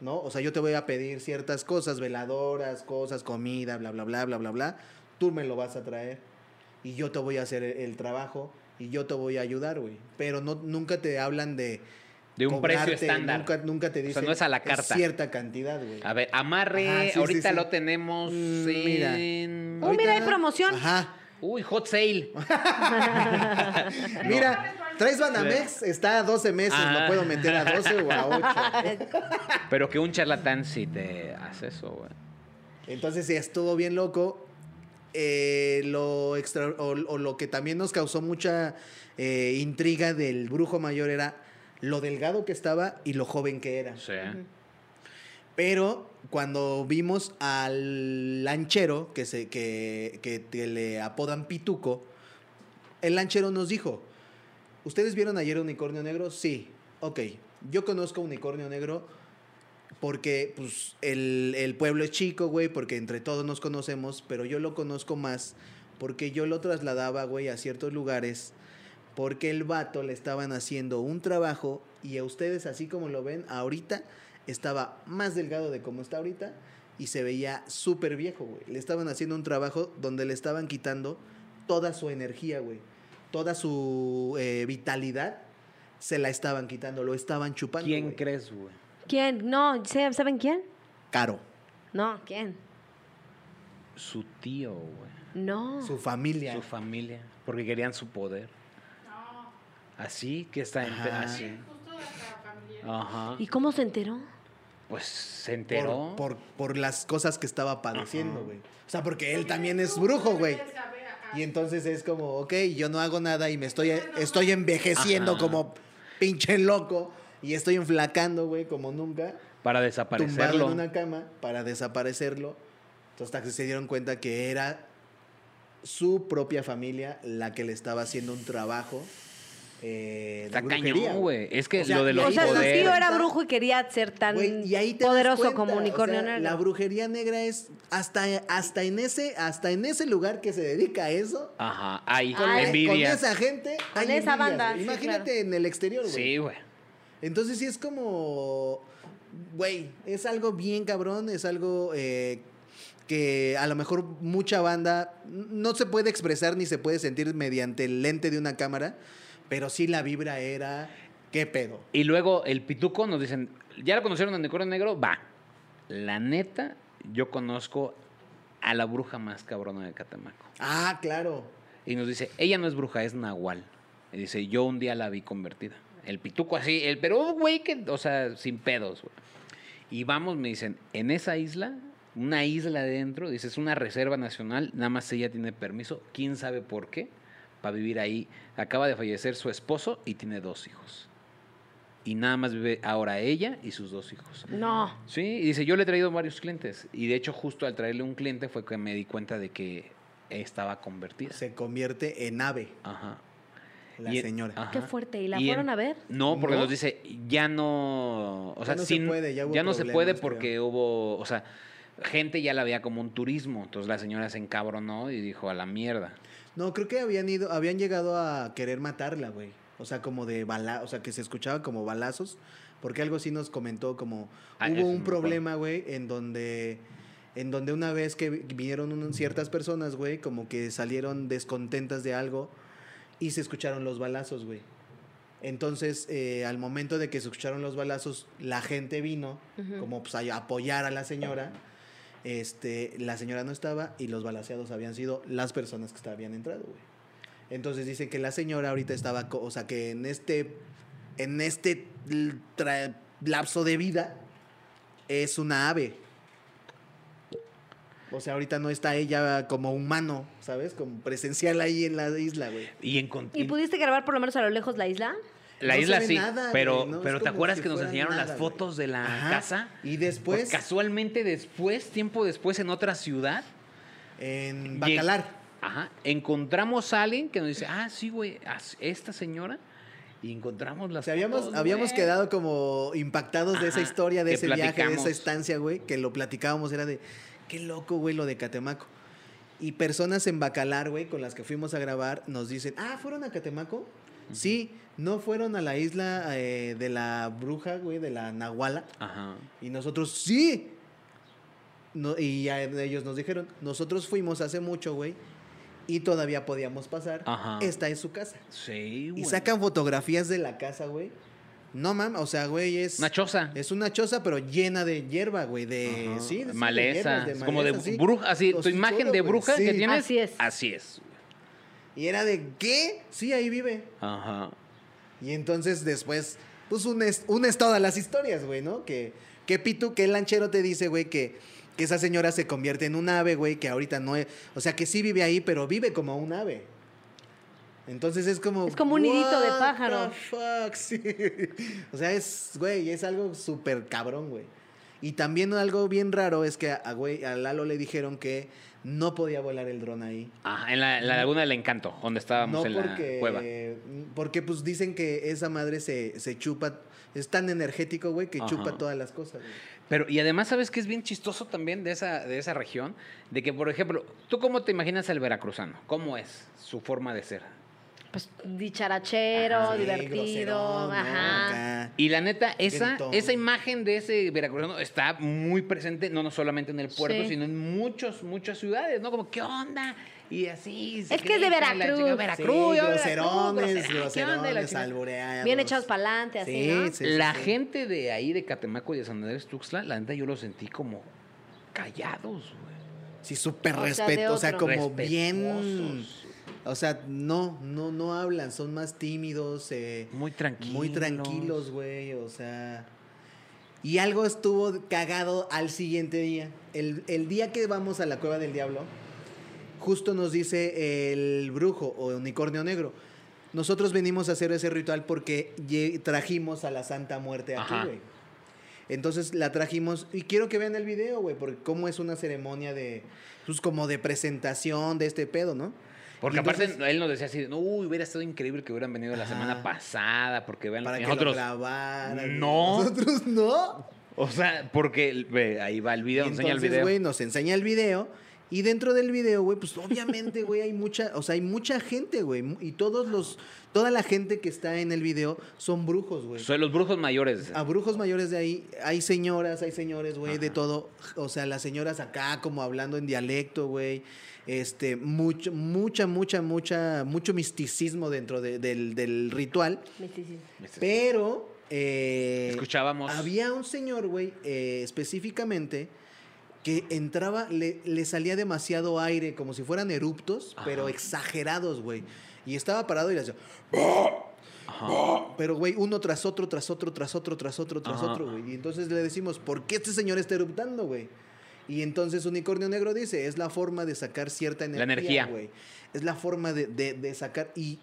¿no? O sea, yo te voy a pedir ciertas cosas, veladoras, cosas, comida, bla, bla, bla, bla, bla, bla. Tú me lo vas a traer y yo te voy a hacer el, el trabajo y yo te voy a ayudar, güey. Pero no, nunca te hablan de... De un cobrarte, precio estándar. Nunca, nunca te sea, dicen... no es a la carta. Cierta cantidad, güey. A ver, amarre. Ajá, sí, sí, ahorita sí. lo tenemos Mm, mira. en. Oh, mira, hay promoción. Ajá. Uy, hot sale. Mira, traes Banamex, está a 12 meses, Ah. lo puedo meter a 12 o a 8. Pero que un charlatán sí te hace eso, güey. Entonces sí, estuvo bien loco. Eh, lo extra, o, o lo que también nos causó mucha eh, intriga del brujo mayor era lo delgado que estaba y lo joven que era. O sea, Pero cuando vimos al lanchero, que, se, que, que te le apodan Pituco, el lanchero nos dijo, ¿ustedes vieron ayer Unicornio Negro? Sí, ok, yo conozco Unicornio Negro porque pues, el, el pueblo es chico, güey, porque entre todos nos conocemos, pero yo lo conozco más porque yo lo trasladaba, güey, a ciertos lugares. Porque el vato le estaban haciendo un trabajo y a ustedes, así como lo ven, ahorita estaba más delgado de como está ahorita y se veía súper viejo, güey. Le estaban haciendo un trabajo donde le estaban quitando toda su energía, güey. Toda su eh, vitalidad se la estaban quitando, lo estaban chupando. ¿quién güey. crees, güey? ¿Quién? No, ¿se- ¿saben quién? Caro. No, ¿quién? Su tío, güey. No. Su familia. Su familia. Porque querían su poder. No, Así que está en. Ajá. Así. justo de la familia. Ajá. ¿Y cómo se enteró? Pues se enteró. por, por, por las cosas que estaba padeciendo, Ajá. güey. O sea, porque él también es brujo, güey. Y entonces es como, ok, yo no hago nada y me estoy, estoy envejeciendo Ajá. como pinche loco y estoy enflacando, güey, como nunca, Para tumbado desaparecerlo. en una cama para desaparecerlo. Entonces hasta que se dieron cuenta que era su propia familia la que le estaba haciendo un trabajo. Eh, de Está brujería, cañón, güey. Es que lo de y los O ahí sea, te su das poderes. tío era cuenta- brujo y quería ser tan Güey, y ahí te das poderoso cuenta, como o unicornio sea, La negro. brujería negra es hasta, hasta en ese hasta en ese lugar que se dedica a eso. eh, Ajá. Ahí. Ay, Con envidia. esa gente con Hay esa envidias, banda. güey. sí, Imagínate claro. en el exterior, güey. Sí, güey. Entonces sí es como, güey, es algo bien cabrón, es algo eh, que a lo mejor mucha banda no se puede expresar ni se puede sentir mediante el lente de una cámara, pero sí la vibra era, qué pedo. Y luego el Pituco nos dicen, ¿ya lo conocieron a Nicornio Negro? Va. La neta, yo conozco a la bruja más cabrona de Catemaco. Ah, claro. Y nos dice, ella no es bruja, es Nahual. Y dice, yo un día la vi convertida. El pituco así, el pero güey, que, o sea, sin pedos, güey. Y vamos, me dicen, en esa isla, una isla adentro, dice, es una reserva nacional, nada más ella tiene permiso, quién sabe por qué, para vivir ahí. Acaba de fallecer su esposo y tiene dos hijos. Y nada más vive ahora ella y sus dos hijos. No. Sí, y dice, yo le he traído varios clientes. Y de hecho, justo al traerle un cliente fue que me di cuenta de que estaba convertida. Se convierte en ave Ajá. la Y- e señora. ajá. Qué fuerte. ¿Y la en- fueron a ver? No, porque ¿No? nos dice, ya no. O Ya sea, no se sin- puede, ya hubo no se puede problemas, porque hubo. O sea, gente ya la veía como un turismo. Entonces la señora se encabronó y dijo, a la mierda. No, creo que habían ido, habían llegado a querer matarla, güey. O sea, como de bala, o sea, que se escuchaba como balazos, porque algo sí nos comentó como Ah, eso hubo no me un acuerdo. problema, güey, en donde en donde una vez que vi- vinieron un- ciertas personas, güey, como que salieron descontentas de algo y se escucharon los balazos, güey. Entonces, eh, al momento de que se escucharon los balazos, la gente vino Ujú. como pues, a apoyar a la señora. Este, la señora no estaba y los balaseados habían sido las personas que habían entrado, güey. Entonces dice que la señora ahorita estaba, co- o sea, que en este en este l- tra- lapso de vida es una ave. O sea, ahorita no está ella como humano, ¿sabes? Como presencial ahí en la isla, güey. Y encontré. ¿Y pudiste grabar por lo menos a lo lejos la isla? la No isla se ve sí. nada, güey, pero no, es pero ¿te como acuerdas si que nos fuera enseñaron nada, las güey. fotos de la Ajá. casa? Y Pues, después casualmente después, tiempo después, en otra ciudad. lleg- en Bacalar. Ajá. Encontramos a alguien que nos dice, ah, sí, güey, a esta señora. Y encontramos las O sea, habíamos, fotos, habíamos güey. quedado como impactados de esa Ajá, historia, de que ese viaje, de platicamos. esa estancia, güey, que lo platicábamos, era de, qué loco, güey, lo de Catemaco. Y personas en Bacalar, güey, con las que fuimos a grabar, nos dicen, ah, ¿fueron a Catemaco? Sí, no fueron a la isla eh, de la bruja, güey, de la Nahuala. Ajá. Y nosotros, sí. No, y ya ellos nos dijeron, nosotros fuimos hace mucho, güey, y todavía podíamos pasar. Ajá. Esta es su casa. Sí, güey. Y sacan fotografías de la casa, güey. No mames, o sea, güey, es. Una choza. Es una choza, pero llena de hierba, güey. De. Ajá. Sí, de- sí, de maleza. hierbas, de Es como de maleza, sí. bruja, así, tu Oscuro, imagen de güey, bruja que sí. tienes. Así es. Así es. Y era de, ¿qué? Sí, ahí vive. Ajá. Y entonces después, pues unes, unes todas las historias, güey, ¿no? Que, que Pitu, que el lanchero te dice, güey, que, que esa señora se convierte en un ave, güey, que ahorita no es. O sea, que sí vive ahí, pero vive como un ave. Entonces es como. Es como un nidito de "What pájaro". the fuck, sí. O sea, es, güey, es algo súper cabrón, güey. Y también algo bien raro es que a, a güey, a Lalo le dijeron que no podía volar el dron ahí. Ajá, en la, en la laguna del encanto, donde estábamos en la cueva. Porque pues dicen que esa madre se, se chupa, es tan energético, güey, que Ajá. chupa todas las cosas, güey. Pero, y además, ¿sabes qué es bien chistoso también de esa, de esa región? De que, por ejemplo, ¿tú cómo te imaginas al veracruzano? ¿Cómo es su forma de ser? Pues dicharachero, Ajá. Sí, divertido. groserón, ¿no? ajá. Acá. Y la neta, esa, Gritón. esa imagen de ese veracruzano está muy presente, no, no solamente en el puerto, Sí. sino en muchos, muchas ciudades, ¿no? Como, ¿qué onda? Y así. Es que es de Veracruz. Veracruz. Sí, yo, Veracruz, groserones, grosera- ¿qué onda? Y la groserones, chingada. albureados. Bien echados pa'lante, así, pues, Sí, ¿no? sí, sí, la sí. gente de ahí, de Catemaco y de San Andrés Tuxtla, la neta yo los sentí como callados, güey. Sí, súper O sea, de respeto, o sea, otro. como bien... Respetuosos. O sea, no, no, no hablan, son más tímidos, eh, Muy tranquilos. muy tranquilos, güey, o sea... Y algo estuvo cagado al siguiente día. El, el día que vamos a la Cueva del Diablo, justo nos dice el brujo o unicornio negro. Nosotros venimos a hacer ese ritual porque lle- trajimos a la Santa Muerte aquí, Ajá. güey. Entonces la trajimos y quiero que vean el video, güey, porque cómo es una ceremonia de, pues como de presentación de este pedo, ¿no? Porque Y entonces- aparte él nos decía así, no, uy, hubiera estado increíble que hubieran venido la Ajá. semana pasada, porque vean para que lo nosotros. grabaran. No. Nosotros no. o sea, porque ve, ahí va el video, enseña el Entonces, video. güey, nos enseña el video Y dentro del video, güey, pues obviamente, güey, hay mucha, o sea, hay mucha gente, güey, mu- y todos los toda la gente que está en el video son brujos, güey. Son los brujos mayores. A brujos mayores de ahí, hay señoras, hay señores, güey, de Ajá. todo. O sea, las señoras acá como hablando en dialecto, güey. Este, mucho, mucha, mucha, mucha, mucho misticismo dentro de- del, del ritual. Misticismo. Pero... eh, Este, Escuchábamos. Había un señor, güey, eh, específicamente, que entraba, le, le salía demasiado aire, como si fueran eruptos, pero Ajá. exagerados, güey. Y estaba parado y le hacía... Ajá. Pero, güey, uno tras otro, tras otro, tras otro, tras otro, tras Ajá. otro, güey. Y entonces le decimos, ¿por qué este señor está eruptando, güey? Y entonces Unicornio Negro dice, es la forma de sacar cierta energía, energía. güey. Es la forma de, de- de sacar... Y,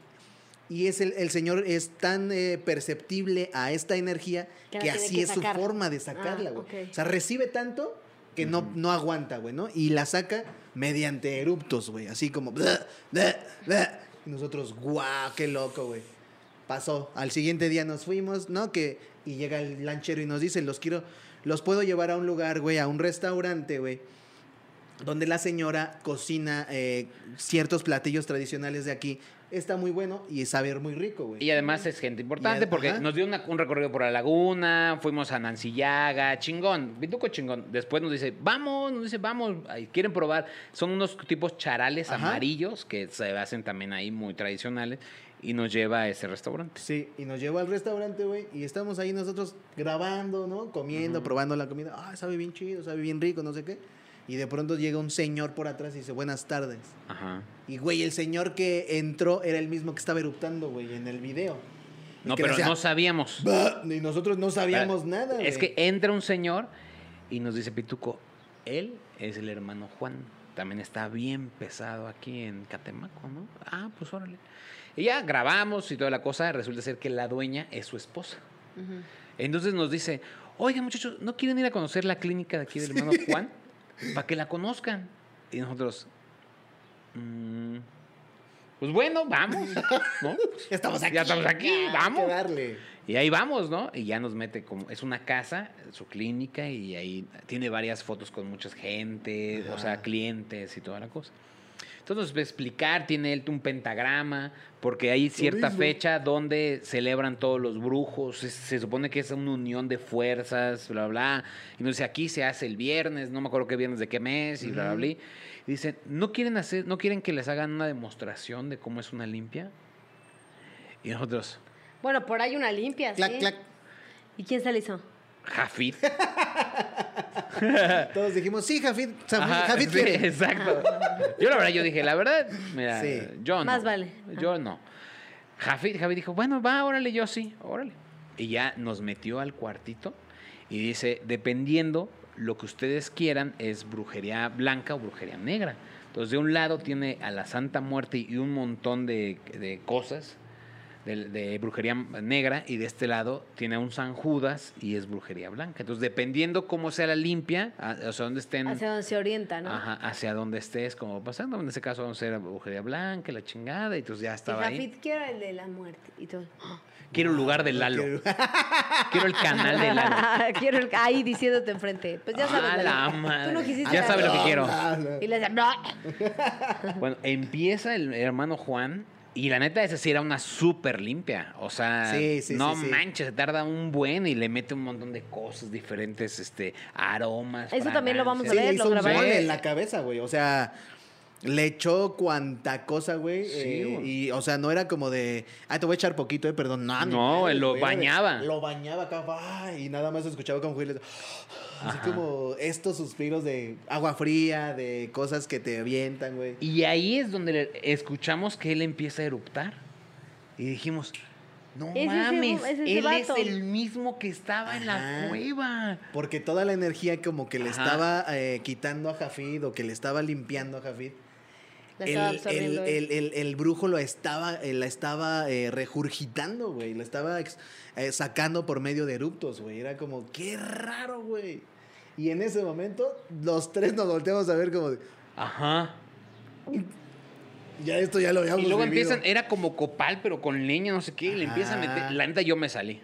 y es el, el señor es tan eh, perceptible a esta energía Que que, la tiene así que es sacar. su forma de sacarla, Ah, güey. ok. O sea, recibe tanto que no, no aguanta, güey, ¿no? Y la saca mediante eruptos, güey. Así como... "Bleh, bleh, bleh". Y nosotros, guau, qué loco, güey. Pasó. Al siguiente día nos fuimos, ¿no? Que, y llega el lanchero y nos dice, los quiero, los puedo llevar a un lugar, güey, a un restaurante, güey. Donde la señora cocina eh, ciertos platillos tradicionales de aquí. Está muy bueno y sabe muy rico, güey. Y además es gente importante Y ad- porque ajá. nos dio una- un recorrido por la laguna, fuimos a Nancillaga, chingón, Bituco chingón. Después nos dice, vamos, nos dice, vamos, ay, quieren probar. Son unos tipos charales Ajá. amarillos que se hacen también ahí muy tradicionales y nos lleva a ese restaurante. Sí, y nos llevó al restaurante, güey, y estamos ahí nosotros grabando, ¿no? Comiendo, probando la comida. Ah, sabe bien chido, sabe bien rico, no sé qué. Y de pronto llega un señor por atrás y dice, buenas tardes. Ajá. Y, güey, el señor que entró era el mismo que estaba eruptando, güey, en el video. Y No, que pero decía, no sabíamos. "Bah", Y nosotros no sabíamos nada, Ah, Es güey. que entra un señor y nos dice, Pituco, él es el hermano Juan. También está bien pesado aquí en Catemaco, ¿no? Ah, pues órale. Y ya grabamos y toda la cosa. Resulta ser que la dueña es su esposa. Ujú. Entonces nos dice, oigan muchachos, ¿no quieren ir a conocer la clínica de aquí del hermano Juan? Para que la conozcan. Y nosotros, "Mm, pues bueno, vamos, ¿no? Ya estamos aquí. Ya Ah, estamos aquí, Ya, hay vamos. que darle. Y ahí vamos, ¿no? Y ya nos mete como, es una casa, su clínica, y ahí tiene varias fotos con mucha gente, o sea, Ajá. clientes y toda la cosa. Entonces nos va a explicar, tiene él un pentagrama, porque hay cierta mismo. fecha donde celebran todos los brujos, se, se supone que es una unión de fuerzas, bla, bla. Y nos dice, aquí se hace el viernes, no me acuerdo qué viernes de qué mes, y bla, bla, bla. Y dicen, ¿no quieren, hacer, ¿no quieren que les hagan una demostración de cómo es una limpia? Y nosotros... Bueno, por ahí una limpia, Clac, ¿Ah, sí. clac. ¿Y quién se la hizo? Jafid. Todos dijimos, sí, Jafid, Jafid, Ajá, Jafid sí, quiere". exacto. Yo la verdad, yo dije, la verdad, mira, Sí. yo no. Más vale. Ajá. Yo no. Jafid, Jafid dijo, bueno, va, órale, yo sí, órale. Y ya nos metió al cuartito y dice, dependiendo lo que ustedes quieran, es brujería blanca o brujería negra. Entonces, de un lado tiene a la Santa Muerte y un montón de, de cosas de, de brujería negra y de este lado tiene a un San Judas y es brujería blanca. Entonces, dependiendo cómo sea la limpia, a- o sea, dónde estén... Hacia donde se orienta, ¿no? Ajá, hacia donde estés, como pasando. En ese caso, vamos a ser brujería blanca, la chingada, y entonces ya Y estaba ahí. Jafet, quiero el de la muerte. Y todo. Quiero el lugar de Lalo. Quiero- Quiero el canal de Lalo. quiero el- ahí diciéndote enfrente. Pues ya sabes. Ah, la limpia. Tú no madre. quisiste. Ya la sabe lo que limpia. quiero. Ah, no. Y le decía, no. Bueno, empieza el hermano Juan. Y la neta, esa sí era una súper limpia. O sea, Sí, sí, no sí, sí. manches, se tarda un buen y le mete un montón de cosas diferentes, este, aromas. Eso también lo vamos a Sí, fragancias. le ver, lo hizo un grabaré. gol en la cabeza, güey. O sea, le echó cuanta cosa, güey. Sí, eh, güey. y, o sea, no era como de, ah, te voy a echar poquito, eh, perdón. No, ni No, madre, él lo güey, era de- bañaba. Lo bañaba acá, va, y nada más escuchaba con Julio. Así como estos suspiros de agua fría, de cosas que te avientan, güey. Y ahí es donde le- escuchamos que él empieza a eruptar. Y dijimos, no Ese es el- mames, ese es el él es vato". el mismo que estaba en la Ajá. cueva. Porque toda la energía como que le Ajá. estaba eh, quitando a Jafid o que le estaba limpiando a Jafid, La el, estaba el- absorbiendo. él. el- el- el brujo lo estaba, eh, la estaba eh, regurgitando, güey. La estaba ex- eh, sacando por medio de eruptos, güey. Era como, qué raro, güey. Y en ese momento, los tres nos volteamos a ver como, de, Ajá. ya esto ya lo habíamos Y luego vivido". empiezan, eh, era como copal, pero con leña, no sé qué, y le empieza a meter. Ajá. La neta, yo me salí.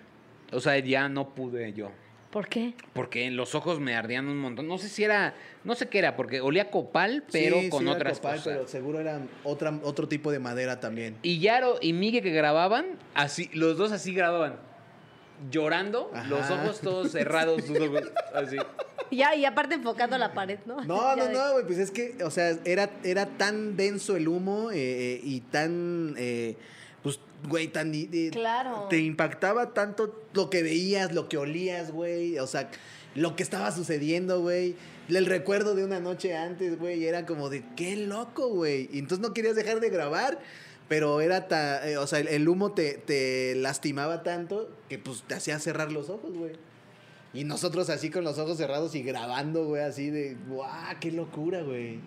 O sea, ya no pude yo. ¿Por qué? Porque en los ojos me ardían un montón. No sé si era, no sé qué era, porque olía copal, pero Sí, con sí era otras copal, cosas. Pero seguro era otra, otro tipo de madera también. Y Yaro y Miguel que grababan, así, los dos así grababan. Llorando, Ajá. los ojos todos cerrados, sus ojos así. Ya, y aparte enfocando la pared, ¿no? No, Ya no, de- no, güey, pues es que, o sea, era, era tan denso el humo eh, eh, y tan, eh, pues, güey, tan... i- eh, Claro. Te impactaba tanto lo que veías, lo que olías, güey, o sea, lo que estaba sucediendo, güey. El recuerdo de una noche antes, güey, era como de, qué loco, güey. Y entonces no querías dejar de grabar, pero era tan, o sea, el, el humo te, te lastimaba tanto que pues te hacía cerrar los ojos, güey. Y nosotros así con los ojos cerrados y grabando, güey, así de, ¡guau! ¡Qué locura, güey!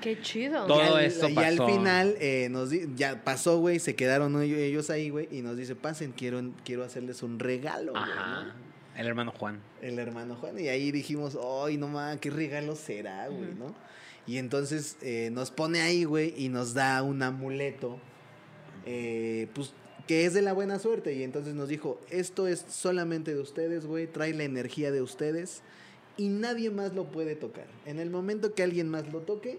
Qué chido. Todo Y al- esto Y al pasó. final, eh, nos di- ya pasó, güey, se quedaron ellos- ellos ahí, güey, y nos dice, pasen, quiero, quiero hacerles un regalo, güey", ¿no? Ajá. El hermano Juan. El hermano Juan. Y ahí dijimos, ¡ay, no mames, qué regalo será, güey, Ujú. no! Y entonces eh, nos pone ahí, güey, y nos da un amuleto, eh, pues, que es de la buena suerte. Y entonces nos dijo, esto es solamente de ustedes, güey, trae la energía de ustedes y nadie más lo puede tocar. En el momento que alguien más lo toque,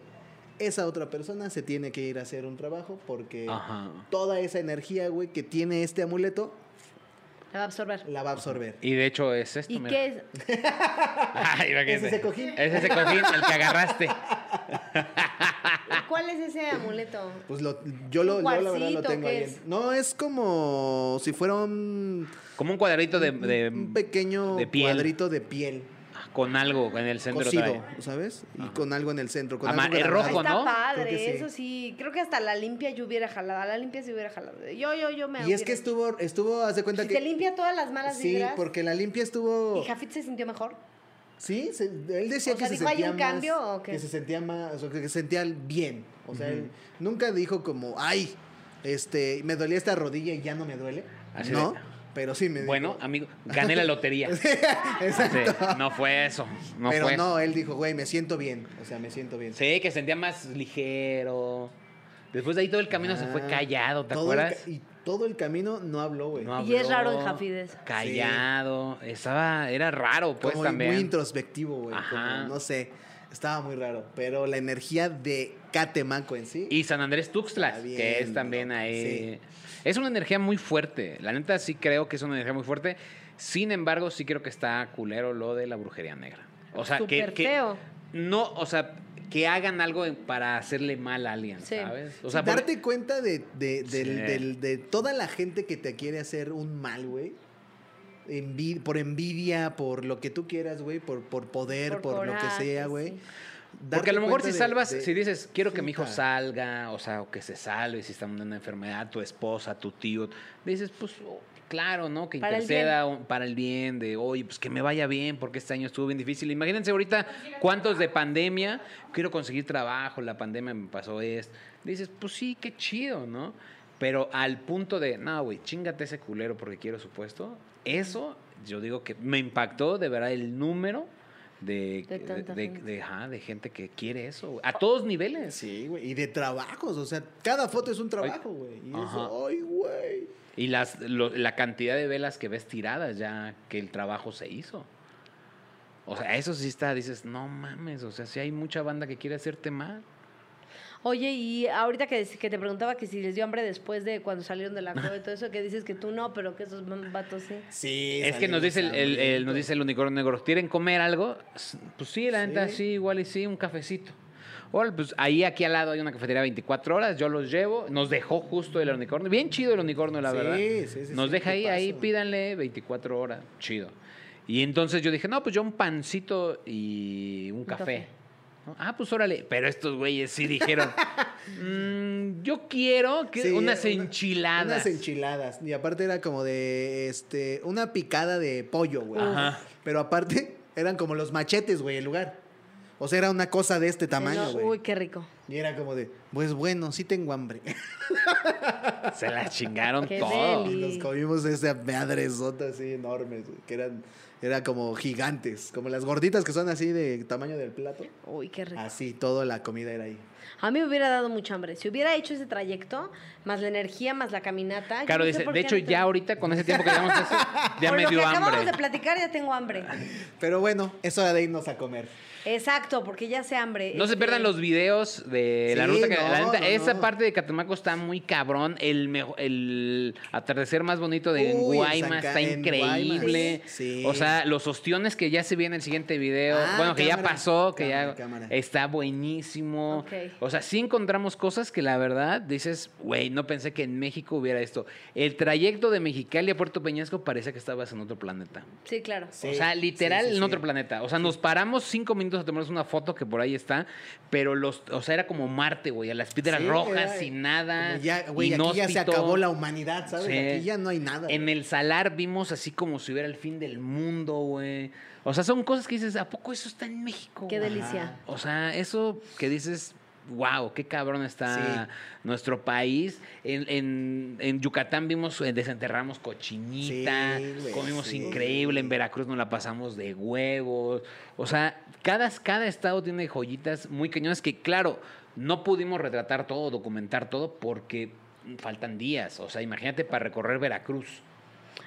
esa otra persona se tiene que ir a hacer un trabajo porque Ajá. toda esa energía, güey, que tiene este amuleto, La va a absorber. la va a absorber. Y de hecho es esto, ¿Y mira. qué es? Ay, Ese imagínate. es el cojín. Es ese cojín, el que agarraste. ¿Cuál es ese amuleto? Pues lo, yo lo, ¿Un yo la verdad lo cuarcito tengo qué ahí. es? en- No, es como si fuera un, Como un cuadrito de, de- un pequeño de piel. cuadrito de piel con algo en el centro cocido, trae. ¿sabes? Y Ajá. con algo en el centro, con Ama- algo es granado. rojo, Está ¿no? Creo que padre, sí. eso sí. Creo que hasta la limpia yo hubiera jalado. A la limpia se hubiera jalado. Yo, yo, yo me Y es que hubiera- estuvo, estuvo, haz de cuenta Si que te limpia todas las malas sí, vibras. porque la limpia estuvo, ¿Y Jafit se sintió mejor? sí, se- él decía O que sea, se dijo, ¿hay sentía un más- cambio o qué? que se sentía más, o sea, que se sentía bien, o sea, él nunca dijo como, ay, este, me dolía esta rodilla y ya no me duele, Así no, de- pero sí me dijo. Bueno, amigo, gané la lotería. Sí, no fue eso. No pero fue eso. no, él dijo, güey, me siento bien, o sea, me siento bien. Sí, que sentía más ligero. Después de ahí todo el camino se fue Ah, callado, ¿te todo el acuerdas? ca- y todo el camino no habló, güey. No Y es habló, raro en Jafid eso. Callado. Estaba, era raro, pues Como también. muy introspectivo, güey. Ajá. como, No sé, estaba muy raro. Pero la energía de Catemaco en sí. Y San Andrés Tuxtla, Está bien, que es también loco, ahí. Es una energía muy fuerte. La neta sí creo que es una energía muy fuerte. Sin embargo, sí creo que está culero lo de la brujería negra. O sea, que, Súper que- feo. no, o sea, que hagan algo para hacerle mal a alguien, Sí. ¿sabes? O sea, porque- darte cuenta de, de- del- Sí. del- de toda la gente que te quiere hacer un mal, güey. Envi- por envidia, por lo que tú quieras, güey. Por, por poder, por, lo que coraje, sea, güey. sí. Porque Darte a lo mejor cuenta si de- salvas, de- si dices, quiero que mi hijo Puta. salga, o sea, o que se salve, si está en una enfermedad, tu esposa, tu tío, dices, pues oh, claro, ¿no? Que Para el interceda o- para el bien, de, oye, pues que me vaya bien, porque este año estuvo bien difícil. Imagínense ahorita Pues cuántos de pandemia, quiero conseguir trabajo, la pandemia me pasó esto. Dices, pues sí, qué chido, ¿no? Pero al punto de, no, güey, chingate ese culero porque quiero su puesto, eso yo digo que me impactó de verdad el número de, De de- tanta de- gente. de- ajá, de gente que quiere eso, güey. a todos niveles. Sí, güey. Y de trabajos, o sea, cada foto es un trabajo, güey. Y Ajá. eso, ay, güey. Y las, lo- la cantidad de velas que ves tiradas ya que el trabajo se hizo. O sea, eso sí está, dices, no mames, o sea, si hay mucha banda que quiere hacerte mal. Oye, y ahorita que, que te preguntaba que si les dio hambre después de cuando salieron de la cueva y todo eso, que dices que tú no, pero que esos vatos sí. Sí, es que nos dice el, el- el- nos dice el unicornio negro, ¿quieren comer algo? S- Pues sí, la neta, Sí. sí, igual y sí, un cafecito. Órale, pues ahí aquí al lado hay una cafetería 24 horas, yo los llevo, nos dejó justo el unicornio, bien chido el unicornio, la Sí, verdad. sí, sí, nos sí, deja ahí, ahí tipazo. pídanle 24 horas, chido. Y entonces yo dije, no, pues yo un pancito y un café. café. ¿No? Ah, pues órale, pero estos güeyes sí dijeron, "Mm, yo quiero que Sí, unas una- enchiladas. Unas enchiladas. Y aparte era como de, este, una picada de pollo, güey. Ajá. Pero aparte eran como los machetes, güey, el lugar. O sea, era una cosa de este No, tamaño, güey. uy, qué rico. Y era como de, pues bueno, sí tengo hambre. Se las chingaron Qué todo. deli. Y nos comimos esas madresota así enormes, güey, que eran, era como gigantes, como las gorditas que son así de tamaño del plato. Ah. Uy, qué rico. Así, toda la comida era ahí. A mí me hubiera dado mucha hambre. Si hubiera hecho ese trayecto, más la energía, más la caminata. yo Caro no sé dice, por de qué hecho, ahorita- ya ahorita con ese tiempo que llevamos eso, ya Con me lo que dio acabamos hambre. de platicar, ya tengo hambre. Pero bueno, es hora de irnos a comer. Exacto, porque ya sé hambre. No se Este, pierdan los videos de la Sí, ruta que no, la neta, no, Esa no. parte de Catemaco está muy cabrón. El, mejo- el atardecer más bonito de en Uy, en Guaymas Sanca- está en increíble. Guaymas. Sí. O sea, los ostiones que ya se viene el siguiente video. Ah, bueno, que ya cámara, pasó, que cámara, ya cámara. está buenísimo. Ok. O sea, sí encontramos cosas que la verdad dices, güey, no pensé que en México hubiera esto. El trayecto de Mexicali a Puerto Peñasco parece que estabas en otro planeta. Sí, claro. Sí, o sea, literal sí, sí, en sí. otro planeta. O sea, nos paramos cinco minutos a tomarnos una foto que por ahí está, pero los, o sea, era como Marte, güey, a las piedras Sí, rojas era- sin nada. Como Ya, güey, aquí ya se inhóspito. acabó la humanidad, ¿sabes? Sí. Aquí ya no hay nada. En güey. el salar vimos así como si hubiera el fin del mundo, güey. O sea, son cosas que dices, ¿a poco eso está en México? Qué güey? delicia. O sea, eso que dices, wow, qué cabrón está Sí. nuestro país. En, en- en Yucatán vimos, eh, desenterramos cochinita, Sí, güey, comimos sí. increíble, en Veracruz nos la pasamos de huevos. O sea, cada, cada estado tiene joyitas muy cañonas que, claro, no pudimos retratar todo, documentar todo, porque faltan días. O sea, imagínate para recorrer Veracruz.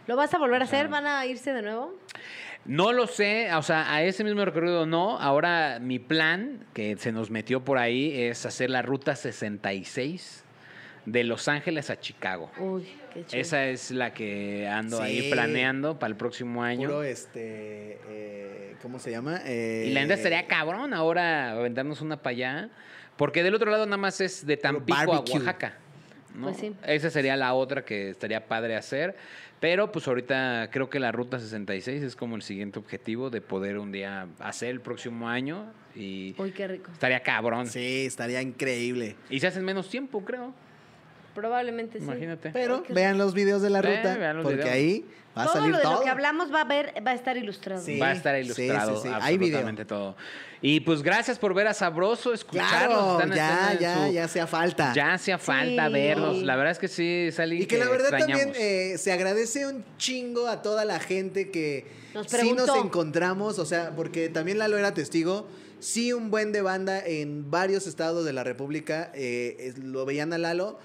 ¿Lo vas a volver a O sea- hacer? ¿Van a irse de nuevo? No lo sé, o sea, a ese mismo recorrido no. Ahora mi plan, que se nos metió por ahí, es hacer la ruta 66 de Los Ángeles a Chicago. Uy, qué chido. Esa es la que ando ahí Sí. planeando para el próximo año. Puro, este, eh, ¿cómo se llama? Eh, y la neta estaría cabrón ahora aventarnos una para allá. Porque del otro lado nada más es de Tampico a barbecue. Oaxaca. ¿no? Pues sí. Esa sería la otra que estaría padre hacer. Pero pues ahorita creo que la ruta 66 es como el siguiente objetivo de poder un día hacer el próximo año. Y Uy, qué rico. estaría cabrón. Sí, estaría increíble. Y se hacen menos tiempo, creo. Probablemente Pues sí. Imagínate. Pero Ay, qué- vean los videos de la Ve, ruta, vean los porque videos. ahí va a todo salir lo de todo. lo que hablamos va a ver, va a estar ilustrado. Sí. Va a estar sí, sí, ilustrado sí. Hay video. absolutamente todo. Y pues gracias por ver a Sabroso, escucharnos. Claro, están- ya, están en ya, su- ya hacía falta. Ya hacía falta Sí. verlos. La verdad es que sí, salí. Y que, la verdad también extrañamos. eh, se agradece un chingo a toda la gente que Nos sí nos preguntó. encontramos, o sea, porque también Lalo era testigo, sí un buen de banda en varios estados de la República, eh, es- lo veían a Lalo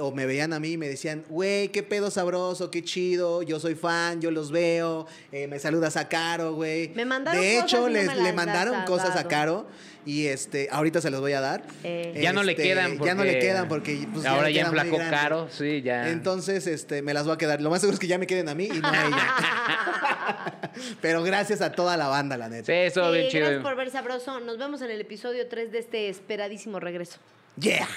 o me veían a mí y me decían, güey, qué pedo sabroso, qué chido, yo soy fan, yo los veo, eh, me saludas a Caro, güey. Me mandaron De cosas y hecho, no les- me le las mandaron has cosas a dado. Caro y este, ahorita se los voy a dar. Eh. Ya no le Este, quedan porque. Ya no le quedan porque... pues, ahora le ya quedan muy emplacó grandes. caro, sí, ya. Entonces, este, me las voy a quedar. Lo más seguro es que ya me queden a mí y no a ella. Pero gracias a toda la banda, la sí, neta. eso Sí, bien chido. gracias por ver Sabroso. Nos vemos en el episodio 3 de este esperadísimo regreso. Yeah.